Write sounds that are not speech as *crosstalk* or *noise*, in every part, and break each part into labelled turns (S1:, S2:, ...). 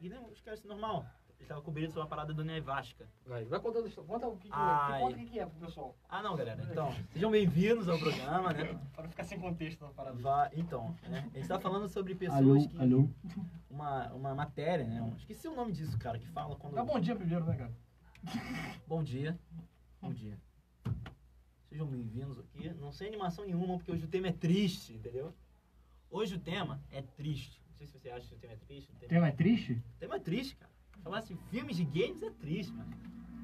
S1: Guilherme, esquece, normal. Ele tava cobrindo sobre a parada do Nevasca.
S2: Vai, vai contando a história. Conta o que, que é.
S1: Ai.
S2: Conta o que, que é pro pessoal.
S1: Ah, não, galera. Então, sejam bem-vindos ao programa, né?
S2: Pra não ficar sem contexto na parada.
S1: Vá- então, né? A gente tá falando sobre pessoas que... Uma, uma matéria, né? Um- Esqueci o nome disso, cara, que fala quando...
S3: Tá
S2: Dá bom dia primeiro, né, cara?
S1: Bom dia. Bom dia. Sejam bem-vindos aqui. Não sem animação nenhuma, porque hoje o tema é triste, entendeu? Hoje o tema é triste. Não sei se você acha que o tema é triste. O tema,
S3: tema é triste?
S1: o tema é triste, cara. Falar assim, filmes de games é triste, mano.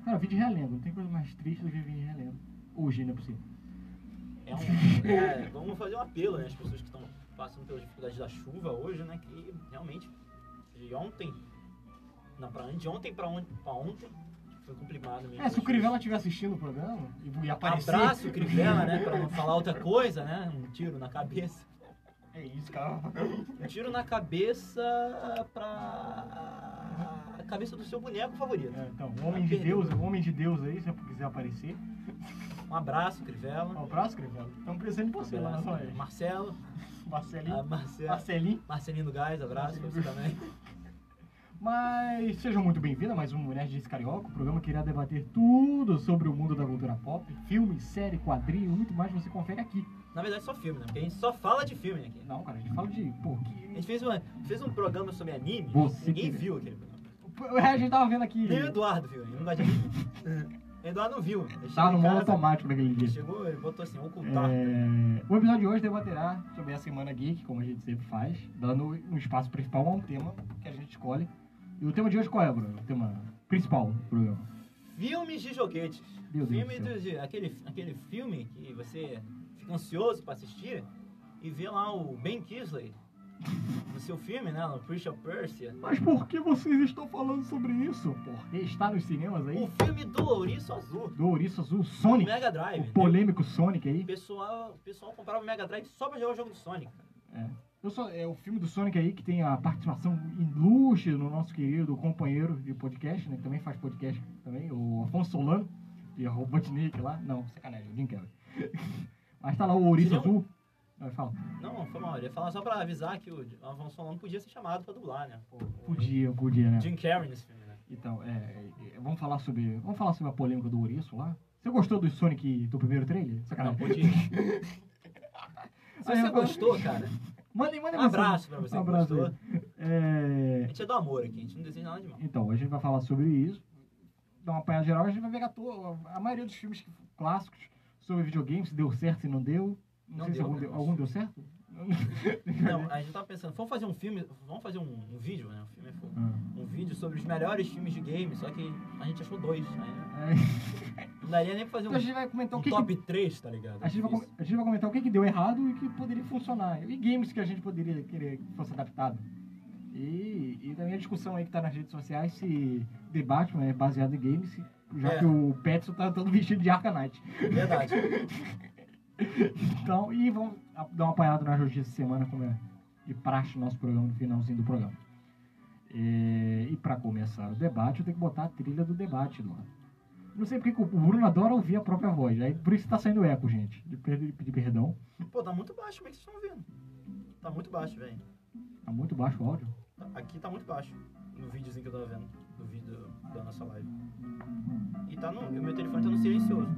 S3: Cara, vídeo relendo. Não tem coisa mais triste do que vídeo relendo. Hoje, não é possível.
S1: É um, é, vamos fazer um apelo, né? As pessoas que estão passando pelas dificuldades da chuva hoje, né? Que realmente, de ontem, não, pra, de ontem pra, on, pra ontem, foi complicado mesmo.
S3: É, se o Crivella estiver assistindo o programa e, e aparecer...
S1: Abraço, Crivella, né? Pra não falar outra coisa, né? Um tiro na cabeça.
S2: É isso, cara.
S1: Um tiro na cabeça pra... A cabeça do seu boneco favorito.
S3: É, então,
S2: Tá
S3: o homem de Deus, o homem de Deus aí, se quiser aparecer.
S1: Um abraço, Crivella.
S3: Um abraço, Crivella. Estamos precisando de você lá na
S1: Abraço,
S3: sua área.
S1: Marcelo.
S3: Marcelinho.
S1: Ah, Marcelo.
S3: Marcelinho.
S1: Marcelinho do Gás, abraço pra você também.
S3: Mas sejam muito bem-vindos a mais um Nerd Diz Carioca, o programa que irá debater tudo sobre o mundo da cultura pop, filme, série, quadrinho, muito mais você confere aqui.
S1: Na verdade, só filme, né? Porque a gente só fala de filme aqui. né?
S3: Não, cara, a gente fala de... Pô,
S1: A gente fez, uma, fez um programa sobre anime,
S3: Você
S1: ninguém
S3: que-
S1: viu aquele programa.
S3: que... É, A gente tava vendo aqui...
S1: Nem o Eduardo viu, ele não gosta de anime.
S3: *laughs*
S1: O Eduardo não viu. Ele
S3: Tava Tá no
S1: chegou em
S3: modo
S1: casa,
S3: automático naquele
S1: Ele
S3: dia.
S1: chegou e botou assim, ocultar.
S3: É, o episódio de hoje debaterá sobre a Semana Geek, como a gente sempre faz, dando um espaço principal a um tema que a gente escolhe. E o tema de hoje qual é, Bruno? O tema principal do programa.
S1: Filmes de joguetes.
S3: Meu Deus
S1: Filme
S3: do céu.
S1: do- de- aquele, aquele filme que você fica ansioso pra assistir e vê lá o Ben Kisley no seu filme, né? No Prince of Persia.
S3: Mas por que vocês estão falando sobre isso? Porque está nos cinemas
S1: O
S3: aí
S1: filme do Ouriço Azul.
S3: do Ouriço Azul,
S1: do
S3: Sonic,
S1: Mega Drive.
S3: o polêmico Sonic aí.
S1: O pessoal, o pessoal comprava o Mega Drive só pra jogar o jogo do Sonic.
S3: Eu sou, é o filme do Sonic aí que tem a participação ilustre do nosso querido companheiro de podcast, né? Que também faz podcast também, o Afonso Solano, e a Robotnik lá. Não, sacanagem, ninguém quer. *laughs* Mas tá lá o Ouriço
S1: Seria um-
S3: Azul. Não, fala.
S1: Não, foi mal. Eu ia falar só pra avisar que o Afonso Solano podia ser chamado pra dublar, né? O, o
S3: Podia, podia, né?
S1: Jim Carrey nesse filme, né?
S3: Então, é, é, vamos falar sobre. Vamos falar sobre a polêmica do Ouriço lá. Você gostou do Sonic do primeiro trailer?
S1: Não,
S3: Sacanagem. *laughs*
S1: podia. Se
S3: Aí,
S1: você
S3: agora-
S1: gostou, cara, Um
S3: Mandem, mandem
S1: abraço pra você que
S3: Um Abraço aí.
S1: gostou.
S3: É,
S1: A gente é do amor aqui, a gente não deseja nada de
S3: *laughs*
S1: mal.
S3: Então, a gente vai falar sobre isso. Dar uma apanhada geral, a gente vai pegar to- a maioria dos filmes que- clássicos sobre videogames, se deu certo, se não deu. Não,
S1: Não deu,
S3: sei se algum
S1: né?
S3: deu, algum deu certo.
S1: Não, a gente tava pensando, vamos fazer um filme, vamos fazer um, um vídeo, né? Um filme é fogo.
S3: Ah,
S1: Um vídeo sobre os melhores filmes de game, só que a gente achou dois. Né?
S3: é.
S1: Não daria nem pra fazer
S3: Então
S1: um,
S3: a gente vai comentar
S1: um
S3: o que, que
S1: top 3, tá ligado?
S3: a gente, vai, com- a gente vai comentar o que, que deu errado e o que poderia funcionar. E games que a gente poderia querer que fosse adaptado. E, e também a discussão aí que tá nas redes sociais se The Batman é baseado em games, já
S1: É.
S3: que o Petson tá todo *laughs* vestido de Arcanite. *laughs*
S1: Verdade.
S3: Então, e vamos a- dar uma apanhada na justiça de semana, como é de praxe no nosso programa, no finalzinho do programa. É, e para começar o debate, eu tenho que botar a trilha do debate lá. Não sei porque que o Bruno adora ouvir a própria voz, aí por isso tá saindo eco, gente. De per- pedir perdão,
S1: Pô, tá muito baixo, como é que vocês estão vendo? Tá muito baixo, velho.
S3: tá muito baixo o áudio.
S1: Tá- Aqui tá muito baixo. No videozinho que eu tava vendo. No vídeo da nossa live. E tá no. O meu telefone tá no silencioso.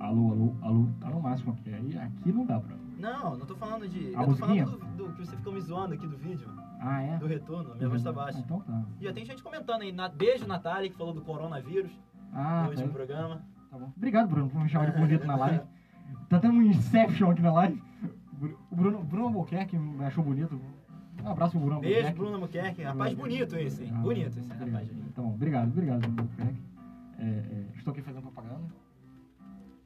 S3: Alô, alô, alô, tá no máximo aqui. Aí aqui não dá, Bruno.
S1: Não, não tô falando de.
S3: A
S1: eu tô
S3: musiquinha?
S1: falando do, do que você ficou me zoando aqui do vídeo,
S3: Ah, é?
S1: do retorno. Minha voz tá
S3: Ah,
S1: baixa.
S3: Então tá.
S1: E já tem gente comentando aí. Na, beijo, Natália, que falou do coronavírus
S3: Ah,
S1: no último
S3: tá,
S1: programa.
S3: tá bom. Obrigado, Bruno, por me chamar de bonito na live. Tá tendo um Inception aqui na live. O Bru- O Bruno, Bruno Albuquerque me achou bonito. Um abraço pro Bruno
S1: Beijo,
S3: Albuquerque.
S1: Bruno Albuquerque. Rapaz bonito esse, hein?
S3: Ah,
S1: bonito esse
S3: obrigado.
S1: rapaz. aí.
S3: Então, obrigado, obrigado, Bruno Albuquerque. É, é, estou aqui fazendo propaganda.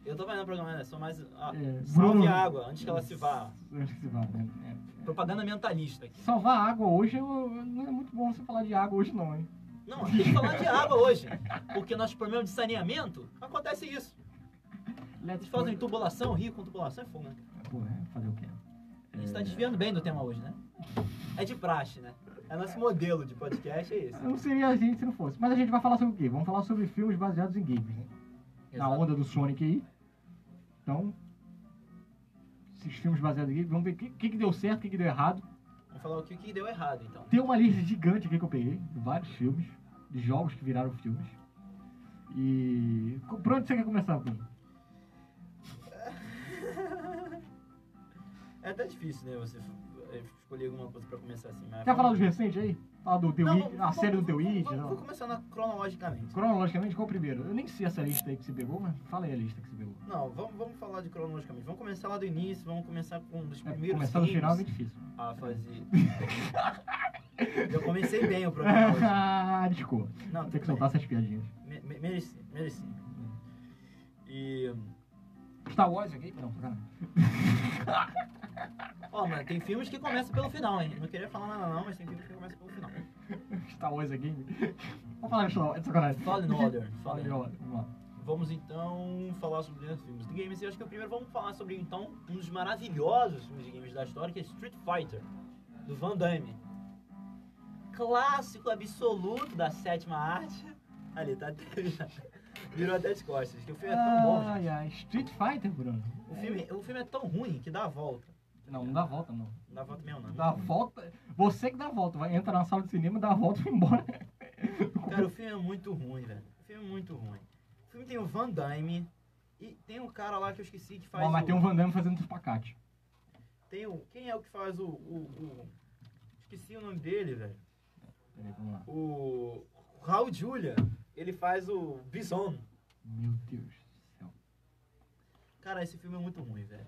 S1: Eu tô fazendo o programa, né? Só mais. Ah,
S3: É,
S1: salve
S3: Bruno-
S1: a água, antes que ela se vá.
S3: Antes que se vá, né? É.
S1: Propaganda mentalista aqui.
S3: Salvar água hoje eu- não é muito bom você falar de água hoje, não, hein?
S1: Não, tem que falar de água hoje. Porque nosso problema de saneamento acontece isso. Eles fazem tubulação, rio com tubulação é fogo, né?
S3: Pô, é, fazer o quê?
S1: A gente tá desviando bem do tema hoje, né? É de praxe, né? É nosso modelo de podcast, é esse.
S3: Não seria a gente se não fosse. Mas a gente vai falar sobre o quê? Vamos falar sobre filmes baseados em games, né? na onda do Sonic aí. Então, esses filmes baseados aqui, vamos ver o que, que, que deu certo, o que, que deu errado.
S1: Vamos Vamos falar o que, o que deu errado, então.
S3: Tem uma lista gigante aqui que eu peguei, de vários filmes, de jogos que viraram filmes. E. co- Por onde você quer começar, Bruno?
S1: É até difícil, né? Você eh, escolher alguma coisa pra começar assim. Mas
S3: Quer falar dos recentes aí? Fala do The
S1: Não,
S3: Witch, a
S1: vamos-
S3: série do The
S1: vamos-
S3: Witch?
S1: vamos-
S3: não?
S1: Vou começar na- cronologicamente.
S3: Cronologicamente, qual o primeiro? Eu nem sei essa lista aí que você pegou, mas fala aí a lista que você pegou.
S1: Não, vamos, vamos falar de cronologicamente. Vamos começar lá do início, vamos começar né? com um dos
S3: É,
S1: primeiros
S3: começar no
S1: games
S3: final é meio difícil.
S1: a fazer. Eu comecei bem o *laughs* programa hoje.
S3: *laughs* ah, desculpa.
S1: Não,
S3: Tem que soltar essas piadinhas.
S1: me- me- mereci, mereci. E.
S3: Star Wars aqui? Não, sacanagem.
S1: Ó, mas tem filmes que começam pelo final, hein? Não queria falar nada não, mas tem filmes que começam pelo final.
S3: Star Wars Tá um aqui. Vamos falar de Star Wars, sacanagem.
S1: Fallen Order.
S3: Fala de
S1: Fallen
S3: ordem, vamos lá.
S1: Vamos então falar sobre os filmes de games. E acho que o primeiro vamos falar sobre então um dos maravilhosos filmes de games da história, que é Street Fighter, do Van Damme. Clássico absoluto da sétima arte. Ali, tá *laughs* Virou até as costas, que o filme é tão bom, gente.
S3: Ai, ai, Street Fighter, Bruno.
S1: O filme, o filme é tão ruim que dá a volta.
S3: Não, não dá a volta, não.
S1: Não dá a volta mesmo, não.
S3: Dá a volta. Você que dá a volta, vai entrar na sala de cinema, dá a volta e vai embora.
S1: Cara, o filme é muito ruim, velho. O filme é muito ruim. O filme tem o Van Damme e tem um cara lá que eu esqueci que faz.
S3: Ó, mas
S1: o-
S3: tem um Van Damme fazendo os pacates.
S1: Tem o. Quem é o que faz o. o- o- Esqueci o nome dele, velho.
S3: Peraí, vamos lá.
S1: O. o Raul Julia. Ele faz o Bison.
S3: Meu Deus do céu.
S1: Cara, esse filme é muito ruim, velho.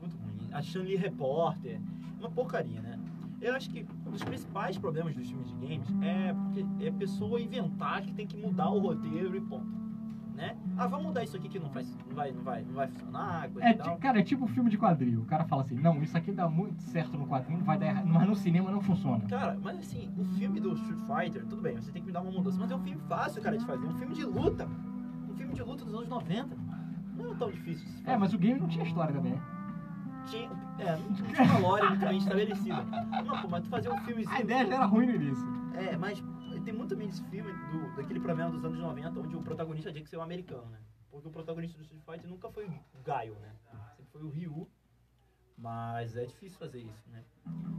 S1: Muito ruim. A Chun-Li Repórter. Uma porcaria, né? Eu acho que um dos principais problemas dos filmes de games é porque é a pessoa inventar que tem que mudar o roteiro e ponto. Né? Ah, vamos mudar isso aqui que não, faz, não, vai, não, vai, não vai um- funcionar, coisa
S3: É,
S1: e tal.
S3: ti- cara, é tipo filme de quadril. O cara fala assim, não, isso aqui dá muito certo no quadrinho, vai dar errado. Mas no cinema não funciona.
S1: Cara, mas assim, o filme do Street Fighter, tudo bem, você tem que me dar uma mudança, mas é um filme fácil, cara, de fazer. Um filme de luta. Um filme de luta dos anos 90. Não é tão difícil. de se
S3: É,
S1: fazer.
S3: mas o game não tinha história também.
S1: Tinha, é, não tinha uma lore muito bem estabelecida. Não, pô, mas tu fazer um filmezinho.
S3: A ideia já era ruim no início.
S1: É, mas tem muito também desse filme, do, daquele problema dos anos 90, onde o protagonista tinha que ser um americano, né? Porque o protagonista do Street Fighter nunca foi o Gaio, né? Sempre foi o Ryu. Mas é difícil fazer isso, né?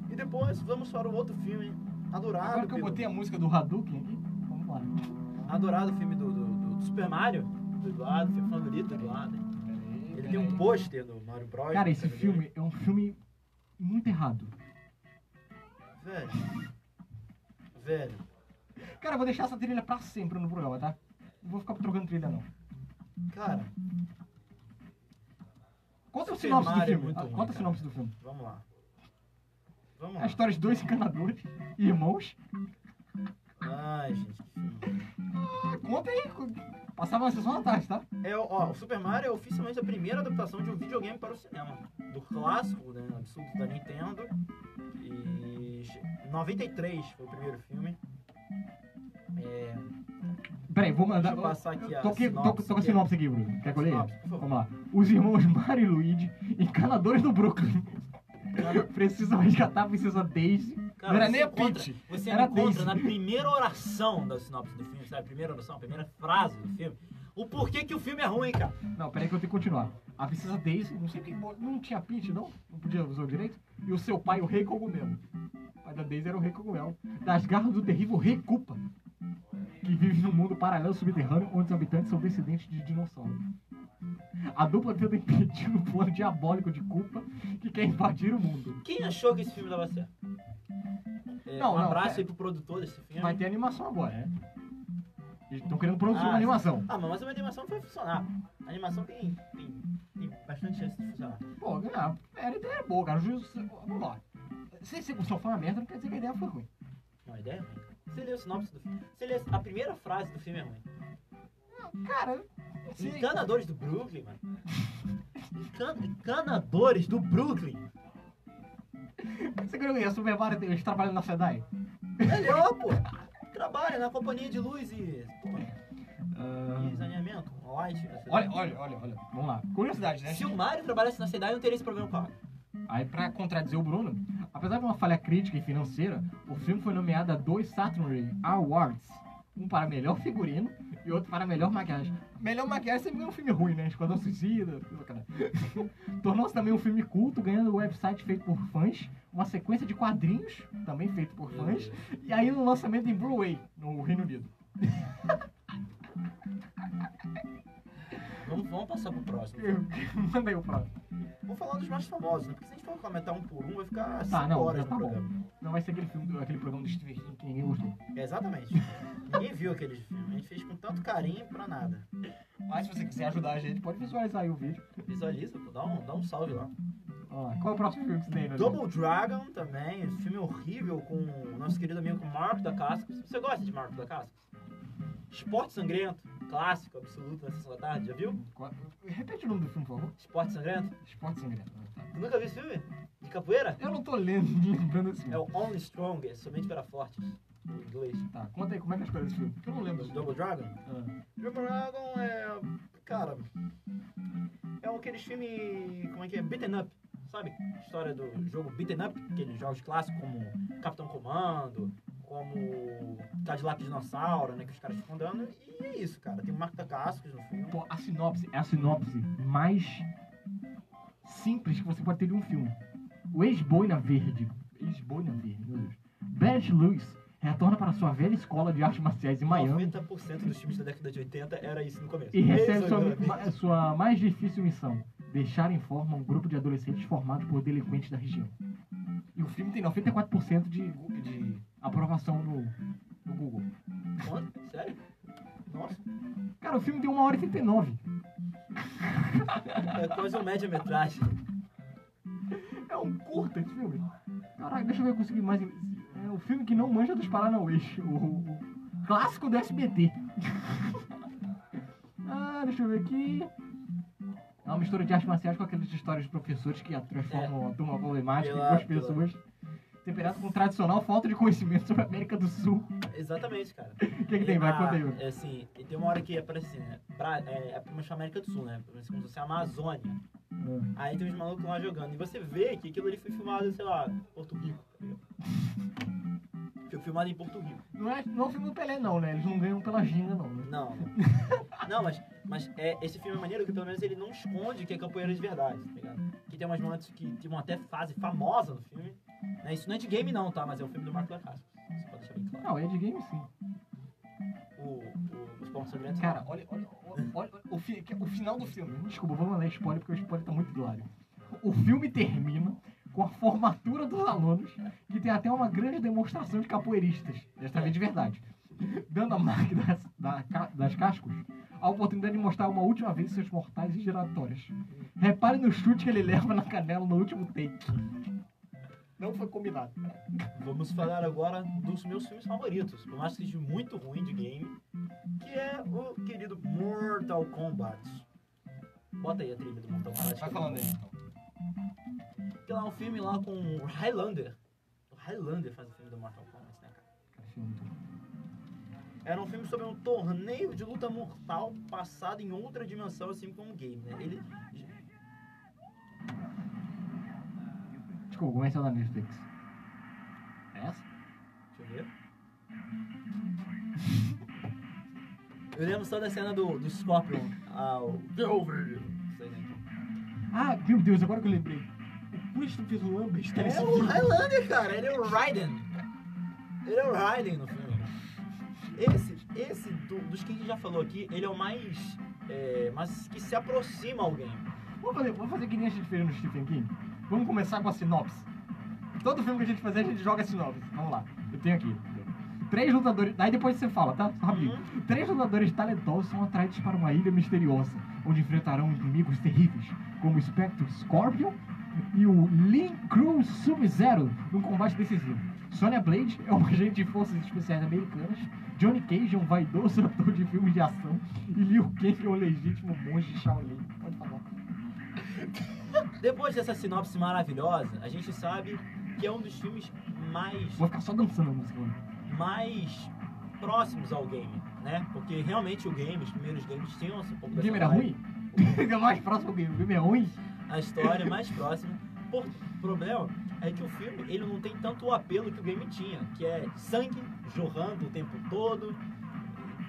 S1: E depois vamos para o outro filme, adorado.
S3: Agora que eu
S1: pelo-
S3: botei a música do Hadouken, vamos lá.
S1: Adorado o filme do, do, do- do Super Mario, do Eduardo, filme favorito do Eduardo. Ele tem um pôster do Mario Bros.
S3: Cara,
S1: no
S3: esse
S1: cabelo dele.
S3: filme é um filme muito errado.
S1: Velho. Velho.
S3: Cara, eu vou deixar essa trilha pra sempre no programa, tá? Não vou ficar trocando trilha, não.
S1: Cara,
S3: Conta o
S1: Super
S3: sinopse do
S1: Mario é
S3: filme.
S1: muito
S3: Ah,
S1: ruim,
S3: Conta o
S1: cara.
S3: sinopse do filme.
S1: vamos lá.
S3: É
S1: Vamos
S3: a
S1: lá.
S3: história de dois encanadores *laughs* e irmãos.
S1: Ai, gente, que filme.
S3: Ah, Conta aí. Passava na sessão da tarde, tá?
S1: É, ó, o Super Mario é oficialmente a primeira adaptação de um videogame para o cinema. Do clássico, né, absurdo da Nintendo. E... che- 93 foi o primeiro filme. É,
S3: Peraí, vou mandar.
S1: Deixa eu passar aqui a
S3: tô, aqui- tô-
S1: sinopse,
S3: tô com a
S1: que-
S3: sinopse aqui, Bruno. Quer que eu leia?
S1: Sinopse, por favor.
S3: Vamos lá. Os irmãos Mario e Luigi, encanadores do Brooklyn, *laughs* é?
S1: cara,
S3: precisam resgatar a princesa Daisy.
S1: cara,
S3: não era
S1: você
S3: nem a
S1: encontra-
S3: Peach.
S1: Você
S3: era a
S1: encontra
S3: Daisy.
S1: na primeira oração da sinopse do filme, sabe? A primeira oração, a primeira frase do filme. O porquê que o filme é ruim, cara.
S3: Não, peraí que eu tenho que continuar. A princesa Daisy, não sei o que. Não tinha Peach, não? Não podia usar o direito? E o seu pai, o Rei Cogumelo. O pai da Daisy era o Rei Cogumelo. Das garras do terrível Rei Cupa, que vive num mundo paralelo subterrâneo onde os habitantes são descendentes de dinossauros. A dupla tenta impedir o plano diabólico de Cupa que quer invadir o mundo.
S1: Quem achou que esse filme dava certo? É,
S3: Não,
S1: um
S3: não,
S1: abraço
S3: pera-
S1: aí pro produtor desse filme.
S3: Vai ter animação agora, né? Eles estão querendo produzir uma
S1: Ah,
S3: animação.
S1: Ah, mas a animação vai funcionar. A animação tem, tem, tem bastante chance de funcionar.
S3: Pô, cara, a ideia era boa, cara. O juiz- Vamos lá. Se você só foi uma merda, não quer dizer que a ideia foi ruim.
S1: Não, a ideia é ruim. Você lê o sinopse do filme. Você lê a primeira frase do filme é ruim.
S3: Cara, sim.
S1: Encanadores do Brooklyn, mano. Encan- Encanadores do Brooklyn.
S3: Você quer ver a Super Mario eles trabalham na SEDAI?
S1: Melhor, pô. Trabalha na companhia de luz e. Pô, e saneamento. Light.
S3: olha, olha, olha, olha. Vamos lá. Curiosidade, né?
S1: Se o Mario trabalhasse na cidade, eu não teria esse problema com a água.
S3: Aí, pra contradizer o Bruno, apesar de uma falha crítica e financeira, o filme foi nomeado a dois Saturn Awards. Um para melhor figurino e outro para melhor maquiagem. Melhor maquiagem sempre é um filme ruim, né? Esquadrão *laughs* Suicida. sacanagem. Tornou-se também um filme culto, ganhando o website feito por fãs, uma sequência de quadrinhos, também feito por
S1: Meu
S3: fãs,
S1: Deus.
S3: e aí no lançamento em Blu-ray, no Reino Unido. *laughs*
S1: Vamos, vamos passar pro próximo.
S3: Eu- Manda aí o próximo.
S1: Vou falar dos mais famosos, né? Porque se a gente for comentar um por um, vai ficar 5
S3: Tá, não,
S1: horas
S3: já
S1: no
S3: tá bom.
S1: programa.
S3: Não vai ser aquele filme, do- aquele programa do Steve King que ninguém gostou.
S1: Exatamente. Ninguém viu aquele filme. A gente fez com tanto carinho pra nada.
S4: Mas se você quiser ajudar a
S3: A gente
S4: gente,
S3: pode visualizar aí o vídeo.
S1: Visualiza, pô. Dá um, dá um salve lá.
S3: Ó, qual é o próximo filme que você tem, né?
S1: Double Dragon também. esse Filme horrível com o nosso querido amigo Marco da Casca. Você gosta de Marco da Casca? Esporte Sangrento. Clássico, absoluto, na sessão da tarde. Já viu?
S3: Qual- Repete o nome do filme, por favor.
S1: Esporte Sangrento.
S3: Esporte Sangrento. Ah, tá.
S1: Tu nunca viu esse filme? De capoeira?
S3: Eu não tô lendo, *laughs* lembrando esse filme.
S1: É o Only Strong, é somente para fortes. Em inglês.
S3: Tá, conta aí como é que é a história desse filme. Porque eu não lembro.
S1: Double Dragon?
S3: Ah,
S1: Double Dragon é. Cara. É aqueles filme. Como é que é? Beaten Up. Sabe? História do jogo Beaten Up, aqueles jogos clássicos como Capitão Comando, como Cadillac Dinossauro, né? Que os caras ficam andando. E é isso, cara. Tem o Marco da Cascos no filme.
S3: pô, a sinopse é a sinopse mais simples que você pode ter de um filme. O ex-boina verde. Ex-boina verde, meu Deus. Bert Lewis retorna para sua velha escola de artes marciais em Miami
S1: 90% dos filmes da década de 80 era isso no começo.
S3: e recebe
S1: Esse
S3: sua,
S1: é o meu amigo.
S3: ma- sua mais difícil missão: deixar em forma um grupo de adolescentes formados por delinquentes da região. E o filme tem 94% de, de aprovação no, no Google.
S1: Quanto? Sério? Nossa.
S3: Cara, o filme tem 1 hora e 39.
S1: É quase um média-metragem.
S3: É um curto esse filme. Caraca, deixa eu ver se eu consigo mais. É o filme que não manja dos Paranauês. O, o clássico do SBT. *laughs* ah, deixa eu ver aqui. É uma mistura de artes marciais com aquelas histórias de professores que a transformam a turma problemática
S1: Pela-
S3: em duas
S1: pela-
S3: pessoas. Temperado com tradicional falta de conhecimento sobre a América do Sul.
S1: Exatamente, cara.
S3: O que, que tem? Vai,
S1: Ah,
S3: conta aí. mano.
S1: É assim, e tem uma hora que aparece assim, né? Bra é, é pra chamar América do Sul, né? Como se fosse a Amazônia.
S3: Ah,
S1: Aí tem uns malucos lá jogando. E você vê que aquilo ali foi filmado, sei lá, em Porto Rico, tá ligado? Foi filmado em Porto Rico.
S3: Não é, não é um filme do Pelé, não, né? Eles não ganham pela ginga, não. Né?
S1: Não. Não, mas, mas é, esse filme é maneiro que pelo menos ele não esconde que é capoeira de verdade, tá ligado? Que tem umas momentos que tinham até fase famosa no filme. Né? Isso não é de game não, tá? Mas é o filme do Marco Lacasco. Você pode deixar bem claro.
S3: Não, é de game sim.
S1: O, o, os Palmas Sangrentos.
S4: cara, olha, olha, olha, olha o, fi- que- o final do filme.
S3: Desculpa, vamos ler spoiler porque o spoiler tá muito hilário. O filme termina com a formatura dos alunos, que tem até uma grande demonstração de capoeiristas, desta vez de verdade, dando a marca das, da ca- das cascos a oportunidade de mostrar uma última vez seus mortais e giratórias. Repare no chute que ele leva na canela no último take.
S4: Não foi combinado. cara.
S1: Vamos falar agora dos meus filmes favoritos, por mais que seja muito ruim de game, que é o querido Mortal Kombat. Bota aí a trilha do Mortal Kombat.
S4: Vai falando aí. então.
S1: Que lá é um filme lá com o Highlander. O Highlander faz o filme do Mortal Kombat, né, cara? Era um filme sobre um torneio de luta mortal passado em outra dimensão, assim como o game, né? Ele...
S3: Desculpa, começa da Netflix. É essa?
S1: Deixa eu ver. Eu lembro só da cena do, do Scorpion. Ah, o... Get over it. Isso aí, né?
S3: Ah, meu Deus, agora que eu lembrei. O Christopher Lambert tá nesse
S1: É o
S3: filme.
S1: Highlander, cara. Ele é o Raiden. Ele é o Raiden no filme. Esse, esse do- dos que a gente já falou aqui, ele é o mais. É, mas que se aproxima ao game.
S3: Vamos fazer, vamos fazer que nem a gente fez no Stephen King? Vamos começar com a sinopse. Todo filme que a gente fazer, a gente joga a sinopse. Vamos lá. Eu tenho aqui. Três lutadores. Aí depois você fala, tá? Só rapidinho. Três lutadores talentosos são atraídos para uma ilha misteriosa, onde enfrentarão inimigos terríveis, como o Spectre Scorpion e o Lin Crew Sub-Zero, num combate decisivo. Sonya Blade é um agente de forças especiais americanas, Johnny Cage é um vaidoso *laughs* ator de filmes de ação, e Liu Kang é um legítimo monge Shaolin. Pode falar.
S1: Depois dessa sinopse maravilhosa, a gente sabe que é um dos filmes mais,
S3: Vou ficar só dançando a música. mano.
S1: mais próximos ao game, né? Porque realmente o game, os primeiros games tinham um pouco
S3: O
S1: dessa
S3: game era
S1: vibe.
S3: ruim? *laughs* é mais próximo do game. O game é ruim?
S1: a história mais próxima. Por- O problema é que o filme ele não tem tanto o apelo que o game tinha, que é sangue jorrando o tempo todo,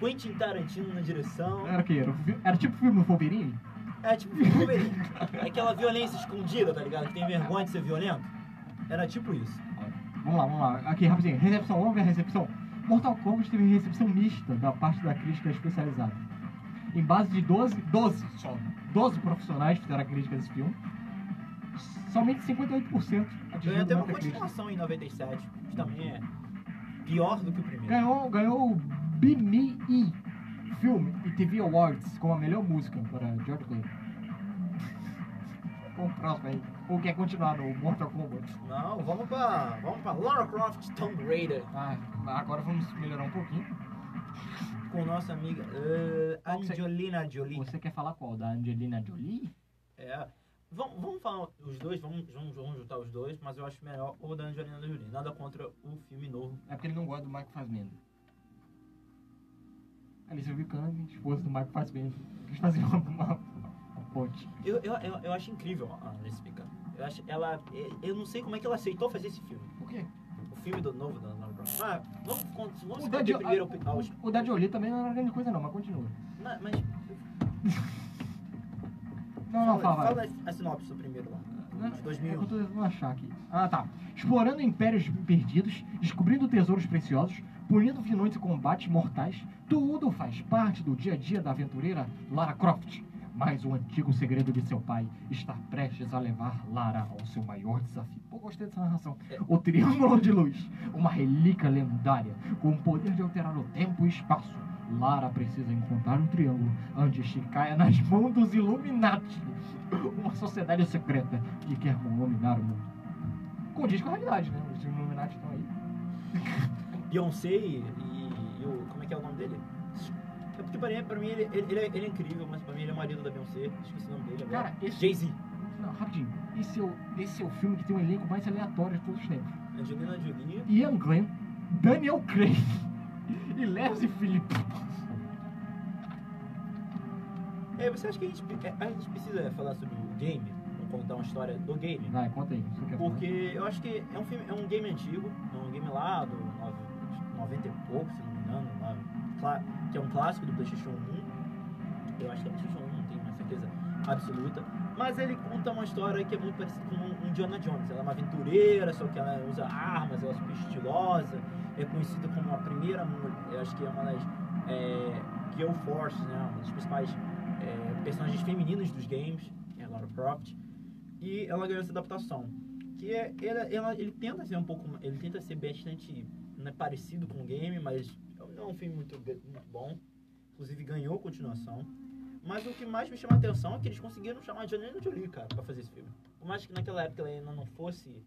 S1: Quentin Tarantino na direção. um
S3: Era o quê? Era, o fi- era tipo o filme do Wolverine?
S1: É tipo Wolverine. É aquela violência escondida, tá ligado? Que tem vergonha de ser violento. Era tipo isso.
S3: Vamos lá, vamos lá. Aqui, rapidinho. Recepção, vamos ver a recepção. Mortal Kombat teve recepção mista da parte da crítica especializada. Em base de 12, 12,
S5: Só.
S3: 12 profissionais fizeram a crítica desse filme. Somente 58% atingiu
S1: Ganhou
S3: o
S1: até uma
S3: Metacritic.
S1: continuação em 97, que também é pior do que o primeiro.
S3: Ganhou, ganhou o BMI Film e TV Awards com a melhor música para George Clooney. Vamos pro próximo aí. Ou quer continuar no Mortal Kombat?
S1: Não, vamos pra, vamos pra Lara Croft Tomb Raider
S3: Ah, agora vamos melhorar um pouquinho.
S1: com nossa amiga eh,
S3: Qual que você-
S1: Angelina Jolie.
S3: Você quer falar qual? Da Angelina Jolie?
S1: É. Vamos, vamos falar os dois, vamos, vamos, vamos juntar os dois, mas eu acho melhor o da Angelina Jolie. Nada contra o filme novo.
S3: É porque ele não gosta do Michael Fassbender. Alice Vikander, esposa do Michael Fassbender. Quis fazer uma, uma, uma ponte.
S1: Eu, eu, eu, eu acho incrível a Alice Vikander. Eu acho ela. eu- Eu não sei como é que ela aceitou fazer esse filme.
S3: Por quê?
S1: O filme do novo da Lara Croft. Ah, vamos, vamos, vamos
S3: O Ah. da,
S1: discutir
S3: Jo-
S1: primeiro
S3: a-
S1: o
S3: o da Jolie também não era grande coisa não, mas continua.
S1: Não, mas.
S3: Não, não, fala. vai.
S1: fala a sinopse do primeiro lá.
S3: Não,
S1: De
S3: É
S1: 2001.
S3: que eu tô tentando achar aqui. Ah, tá. Explorando impérios perdidos, descobrindo tesouros preciosos, punindo vilões e combates mortais, tudo faz parte do dia a dia da aventureira Lara Croft. Mas o antigo segredo de seu pai está prestes a levar Lara ao seu maior desafio. Pô, gostei dessa narração.
S1: É.
S3: O Triângulo de Luz, uma relíquia lendária com o poder de alterar o tempo e espaço. Lara precisa encontrar um triângulo antes que caia nas mãos dos Illuminati uma sociedade secreta que quer dominar o mundo. Condiz com a realidade, né? Os Illuminati estão aí.
S1: Beyoncé e, e o. Como é que é o nome dele? É porque pra mim, pra mim ele, ele, ele é, ele é incrível, mas pra mim ele é o marido da Beyoncé. Esqueci o nome dele agora.
S3: Cara, esse.
S1: Jay-Z.
S3: Não, rapidinho. Esse é, o, esse é o filme que tem um elenco mais aleatório de todos os tempos.
S1: Angelina Jolie.
S3: Ian Glenn, Daniel Craig *laughs* e Leslie Phillips.
S1: É, você acha que a gente, pe- a gente precisa falar sobre o game? Vamos contar uma história do game?
S3: Vai, conta aí. Você quer falar?
S1: Porque eu acho que é um, filme, é um game antigo, é um game lá do nove- 90 e pouco, se não me engano, nove- clá- que é um clássico do PlayStation 1. Eu acho que é o PlayStation 1, não tenho uma certeza absoluta. Mas ele conta uma história que é muito parecida com um Indiana Jones. Ela é uma aventureira, só que ela usa armas, ela é super estilosa, é conhecida como a primeira, mu- eu acho que é uma das é, Gale Force, né, uma das principais é, personagens femininas dos games, é a Lara Croft. E ela ganhou essa adaptação que é, ela- ela- ele tenta ser um pouco ele tenta ser bastante né, parecido com o game mas não é um filme muito, gr- muito bom inclusive ganhou continuação mas o que mais me chama a atenção é que eles conseguiram chamar a Angelina Jolie cara pra fazer esse filme por mais que naquela época ela ainda não fosse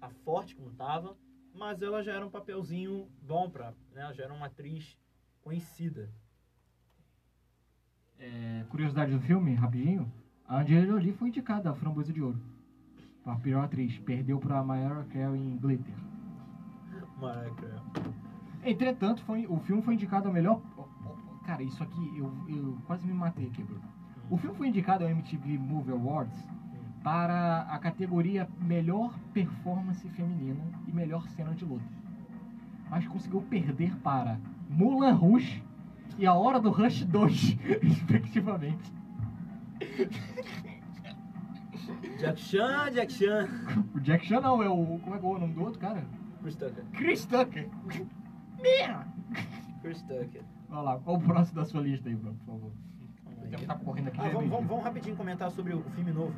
S1: a forte como tava mas ela já era um papelzinho bom pra né, ela já era uma atriz conhecida
S3: É, curiosidade do filme, rapidinho. A Angelina Jolie foi indicada a Framboesa de Ouro. A pior atriz. Perdeu pra Mariah Carey em Glitter.
S1: Maraca.
S3: Entretanto, foi- o filme foi indicado ao melhor. Cara, isso aqui eu, eu quase me matei aqui, Bruno. O filme foi indicado ao MTV Movie Awards para a categoria Melhor Performance Feminina e Melhor Cena de Luta. Mas conseguiu perder para Mulan Rouge e A Hora do Rush 2, *laughs* respectivamente.
S1: Jack Chan Jack Chan
S3: O Jack Chan não, é o. Como é que é o nome do outro cara?
S1: Chris Tucker
S3: Chris Tucker! Merda!
S1: Chris Tucker
S3: Vai lá, qual o próximo da sua lista aí, Bruno, por favor?
S1: Calma
S3: O
S1: aí.
S3: tempo tá correndo aqui.
S1: Ah, vamos,
S3: vermelho.
S1: vamos, vamos rapidinho comentar sobre o filme novo.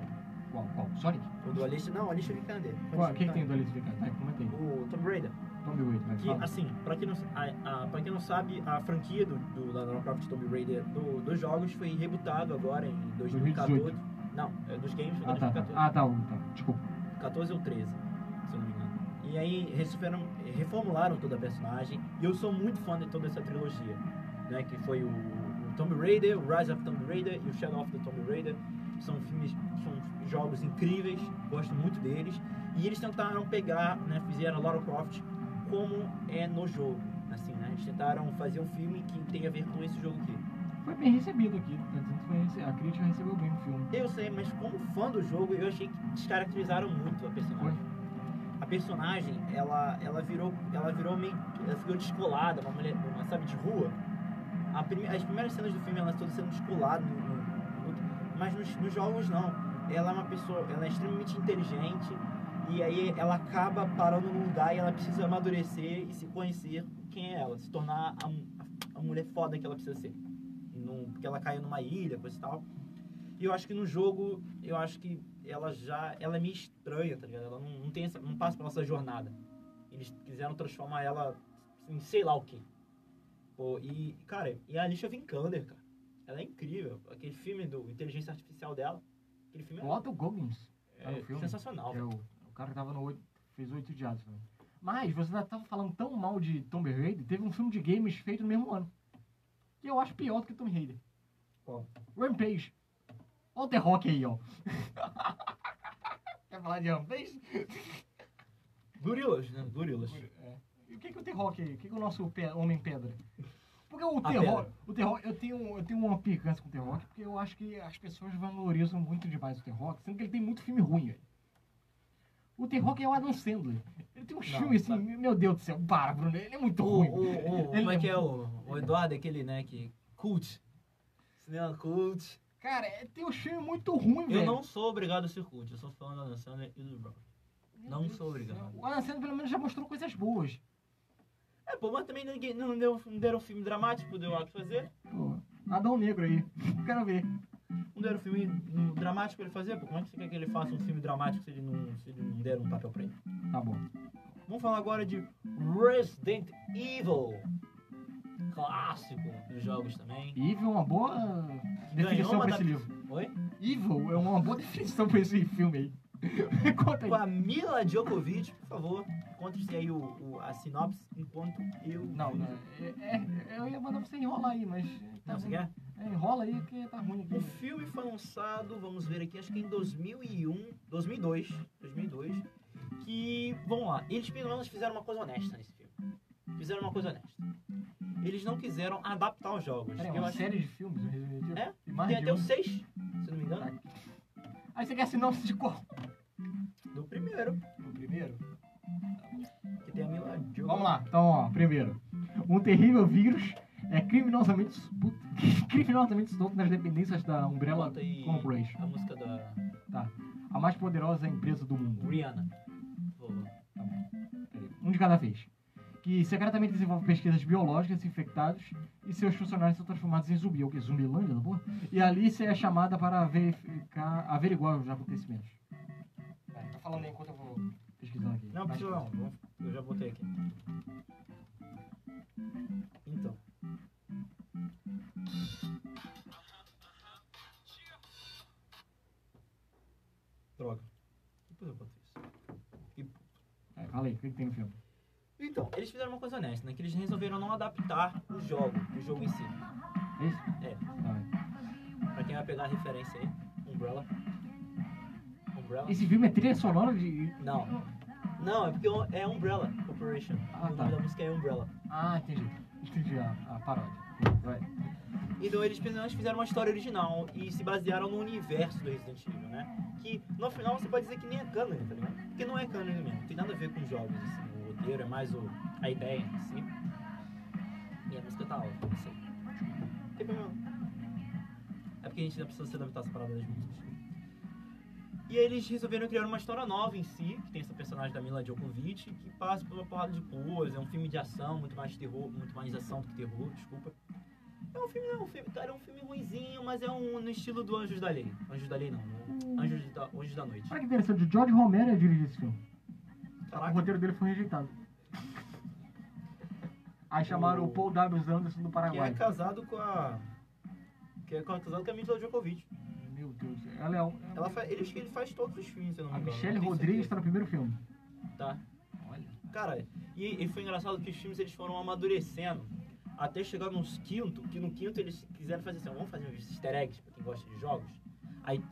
S3: Qual? Qual? Sonic?
S1: O do Alice. Não, Alice Vikander.
S3: Qual, o que, que tem Ah. do Alice Vikander? Tá, comenta aí.
S1: O Tomb Raider.
S3: Tommy Wade, vai.
S1: Que,
S3: fala.
S1: assim, pra quem não, a, a, pra quem não sabe, a franquia do, do Lara Croft Tomb Raider do- dos jogos foi rebutado agora em 2014. Não, é dos games foi
S3: Ah, tá.
S1: 2014.
S3: Ah, tá. o- tá. Desculpa.
S1: 14 ou 13, se eu não me engano. E aí refizeram- reformularam toda a personagem. E eu sou muito fã de toda essa trilogia, né? Que foi o, o Tomb Raider, o Rise of Tomb Raider e o Shadow of the Tomb Raider. São filmes, são jogos incríveis, gosto muito deles. E eles tentaram pegar, né? Fizeram Lara Croft como é no jogo, assim, né? Eles tentaram fazer um filme que tem a ver com esse jogo aqui.
S3: Foi bem recebido aqui. Tá dizendo que foi rece... a crítica recebeu bem o filme.
S1: Eu sei, mas como fã do jogo, eu achei que descaracterizaram muito a personagem. A personagem, ela, ela virou, ela virou meio, ela ficou descolada, uma mulher, uma, sabe, de rua. A prime- as primeiras cenas do filme, elas todas sendo descoladas, no- no- no- mas nos, nos jogos não. Ela é uma pessoa, ela é extremamente inteligente, E aí ela acaba parando num lugar e ela precisa amadurecer e se conhecer quem é ela, se tornar a, mu- a- a mulher foda que ela precisa ser. Num- porque ela caiu numa ilha, coisa e tal. E eu acho que no jogo, eu acho que ela já. Ela é meio estranha, tá ligado? Ela não, não tem essa, não passa pela nossa jornada. Eles quiseram transformar ela em sei lá o que. Pô, e, cara, e a Alicia Vikander, cara. Ela é incrível. Aquele filme do Inteligência Artificial dela. Aquele filme
S3: O Otto Goggins,
S1: é,
S3: tá no filme?
S1: sensacional.
S3: que é o, o cara que tava no oito, fez oito diados também. Mas você tá- tava falando tão mal de Tomb Raider, teve um filme de games feito no mesmo ano. Que eu acho pior do que Tomb Raider.
S2: Qual?
S3: Rampage. Olha o The Rock aí, ó. *laughs*
S2: Quer falar de Rampage?
S1: Gorilas, né? Gorilas.
S2: É.
S3: E o que, que é o The Rock aí? O que, que é o nosso pe- Homem Pedra? Porque o
S1: A
S3: The
S1: pedra.
S3: Rock, o The Rock- eu tenho, eu tenho uma picância com o The Rock, porque eu acho que as pessoas valorizam muito demais o The Rock, sendo que ele tem muito filme ruim, velho. O The Rock é o Adam Sandler. Ele tem um filme assim,
S1: sabe?
S3: meu Deus do céu, para, Bruno, ele é muito
S1: tá. O,
S3: ruim.
S1: o, *laughs* o-
S3: Ele
S1: como é
S3: é
S1: que é o, o Eduardo, aquele, né, que... Cult. Cinema cult. É.
S3: Cara, é- tem um filme muito ruim, velho.
S1: Eu não sou obrigado a ser cult, eu sou fã da Adam Sandler e do Brown.
S3: Meu
S1: não
S3: Deus
S1: sou
S3: do céu.
S1: obrigado.
S3: O Adam Sandler pelo menos já mostrou coisas boas.
S1: É, pô, mas também ninguém, não, deu, não deram filme dramático, deu algo pra fazer.
S3: Pô, Adão Negro aí, *laughs* quero ver.
S1: Não deram filme hum, dramático pra ele fazer, pô. Como é que você quer que ele faça um filme dramático se ele não, se ele não der um papel pra ele?
S3: Tá bom.
S1: Vamos falar agora de Resident Evil. Clássico dos jogos também.
S3: Evil é uma boa definição
S1: uma
S3: pra esse
S1: adap-
S3: livro.
S1: Oi?
S3: Evil é uma boa *laughs* definição pra esse filme aí. *laughs* Conta aí.
S1: Com a Mila Djokovic, por favor, conte-se aí o, o- a sinopse enquanto eu.
S3: Não, não, é, é- eu ia mandar você enrolar aí, mas. Tá
S1: Não, você
S3: ruim.
S1: quer?
S3: É, enrola aí que tá ruim aqui.
S1: O filme foi lançado, vamos ver aqui, acho que em 2001, 2002, 2002, que, vamos lá, eles pelo menos fizeram uma coisa honesta nesse filme. Fizeram uma coisa honesta. Eles não quiseram adaptar os jogos.
S3: Peraí, é
S1: eu
S3: uma
S1: acho que
S3: série de filmes, um Resident Evil.
S1: É?
S3: E mais
S1: tem
S3: de
S1: até
S3: um.
S1: o 6, se não me engano,
S3: Aí você quer sinopse de qual?
S1: do primeiro,
S2: O primeiro?
S1: que tem a Mila Djokovic.
S3: Vamos lá, então, ó, primeiro. Um terrível vírus é criminosamente, puta, *laughs* criminosamente solto nas dependências da Umbrella
S1: Bota aí
S3: Corporation,
S1: a música da
S3: a mais poderosa empresa do mundo.
S1: Rihanna. Por favor.
S3: um de cada vez, que secretamente desenvolve pesquisas biológicas em infectados e seus funcionários são transformados em zumbi, o que? Zumbilândia, da porra? E Alice é chamada para verificar, averiguar os acontecimentos.
S2: É, tá falando aí enquanto eu vou.
S3: Pesquisando aqui.
S1: Não, precisa não. Vou- Eu já botei aqui. Então. Droga. Depois eu boto isso.
S3: É, fala aí, o que, que tem no filme?
S1: Então, eles fizeram uma coisa honesta, né? Que eles resolveram não adaptar o jogo, o jogo em si.
S3: É isso?
S1: É.
S3: Tá.
S1: Pra quem vai pegar a referência aí, Umbrella. Umbrella?
S3: Esse filme é trilha sonora de...
S1: Não. Não, é porque é Umbrella Corporation.
S3: Ah,
S1: o
S3: tá.
S1: nome da música é Umbrella.
S3: Ah, entendi. Entendi a, a paródia. Vai.
S1: Então eles fizeram- eles fizeram uma história original e se basearam no universo do Resident Evil, né? Que no final você pode dizer que nem é canon, tá ligado? Porque não é canon mesmo, não tem nada a ver com os jogos, assim, o roteiro é mais o, a ideia em si. E a música tá alta, não sei. Não tem problema. É porque a gente ainda precisa se adaptar essa parada das músicas. E aí eles resolveram criar uma história nova em si, que tem essa personagem da Mila Djokovic, que passa por uma porrada de coisa, é um filme de ação, muito mais terror, muito mais ação do que terror, desculpa. É um filme, não, um filme, cara, é um filme ruinzinho, mas é um no estilo do Anjos da Lei. Anjos da Lei não, no Anjos da, Anjos da Noite.
S3: Olha que interessante, o George Romero dirigiu esse filme. O
S1: Caraca,
S3: roteiro dele foi rejeitado. Aí chamaram o Paul W. Anderson do
S1: que é
S3: Paraguai.
S1: casado com a... Que é casado com a Mila Djokovic.
S3: Meu Deus, ela é um...
S1: Ela fa- ele, ele faz todos os filmes, se eu não
S3: A
S1: me engano.
S3: Michelle
S1: não tenho certeza.
S3: Rodrigues está no primeiro filme.
S1: Tá.
S3: Olha.
S1: Cara, e, e foi engraçado que os filmes eles foram amadurecendo até chegar nos quinto, que no quinto eles quiseram fazer assim, ó, vamos fazer uns easter eggs pra quem gosta de jogos. Aí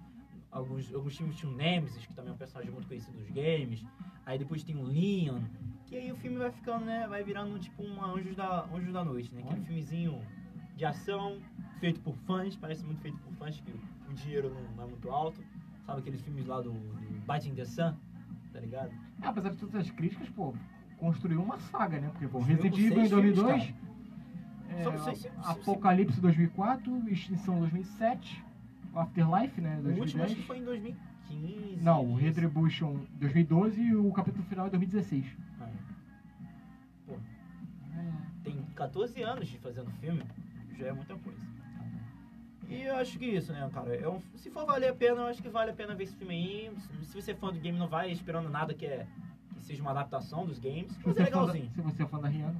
S1: alguns, alguns filmes tinham Nemesis, que também é um personagem muito conhecido dos games. Aí depois tem o Leon, que aí o filme vai ficando, né, vai virando tipo um Anjos da, Anjos da Noite, né, aquele
S3: Olha.
S1: filmezinho de ação, feito por fãs, parece muito feito por fãs, que o dinheiro não, não é muito alto. Sabe aqueles filmes lá do, do Biting the Sun, tá ligado?
S3: Ah, apesar de todas as críticas, pô, construiu uma saga, né? Porque, pô,
S1: Construiu
S3: Resident
S1: com seis
S3: Evil em
S1: filmes,
S3: 2002, é,
S1: São seis filmes, são cinco.
S3: Apocalipse 2004, Extinção 2007, o Afterlife, né?
S1: O último acho que
S3: 2010.
S1: foi em 2015 2015.
S3: Não, o
S1: isso.
S3: Retribution 2012 e o capítulo final é 2016.
S1: Aí. Pô, É, tem 14 anos de fazendo filme, já é muita coisa. E eu acho que isso, né, cara? É um- se for valer a pena, eu acho que vale a pena ver esse filme aí. Se você é fã do game, não vai esperando nada que, é, que seja uma adaptação dos games.
S3: Se
S1: Mas é
S3: você é fã da-
S1: legalzinho.
S3: se você é fã da Rihanna.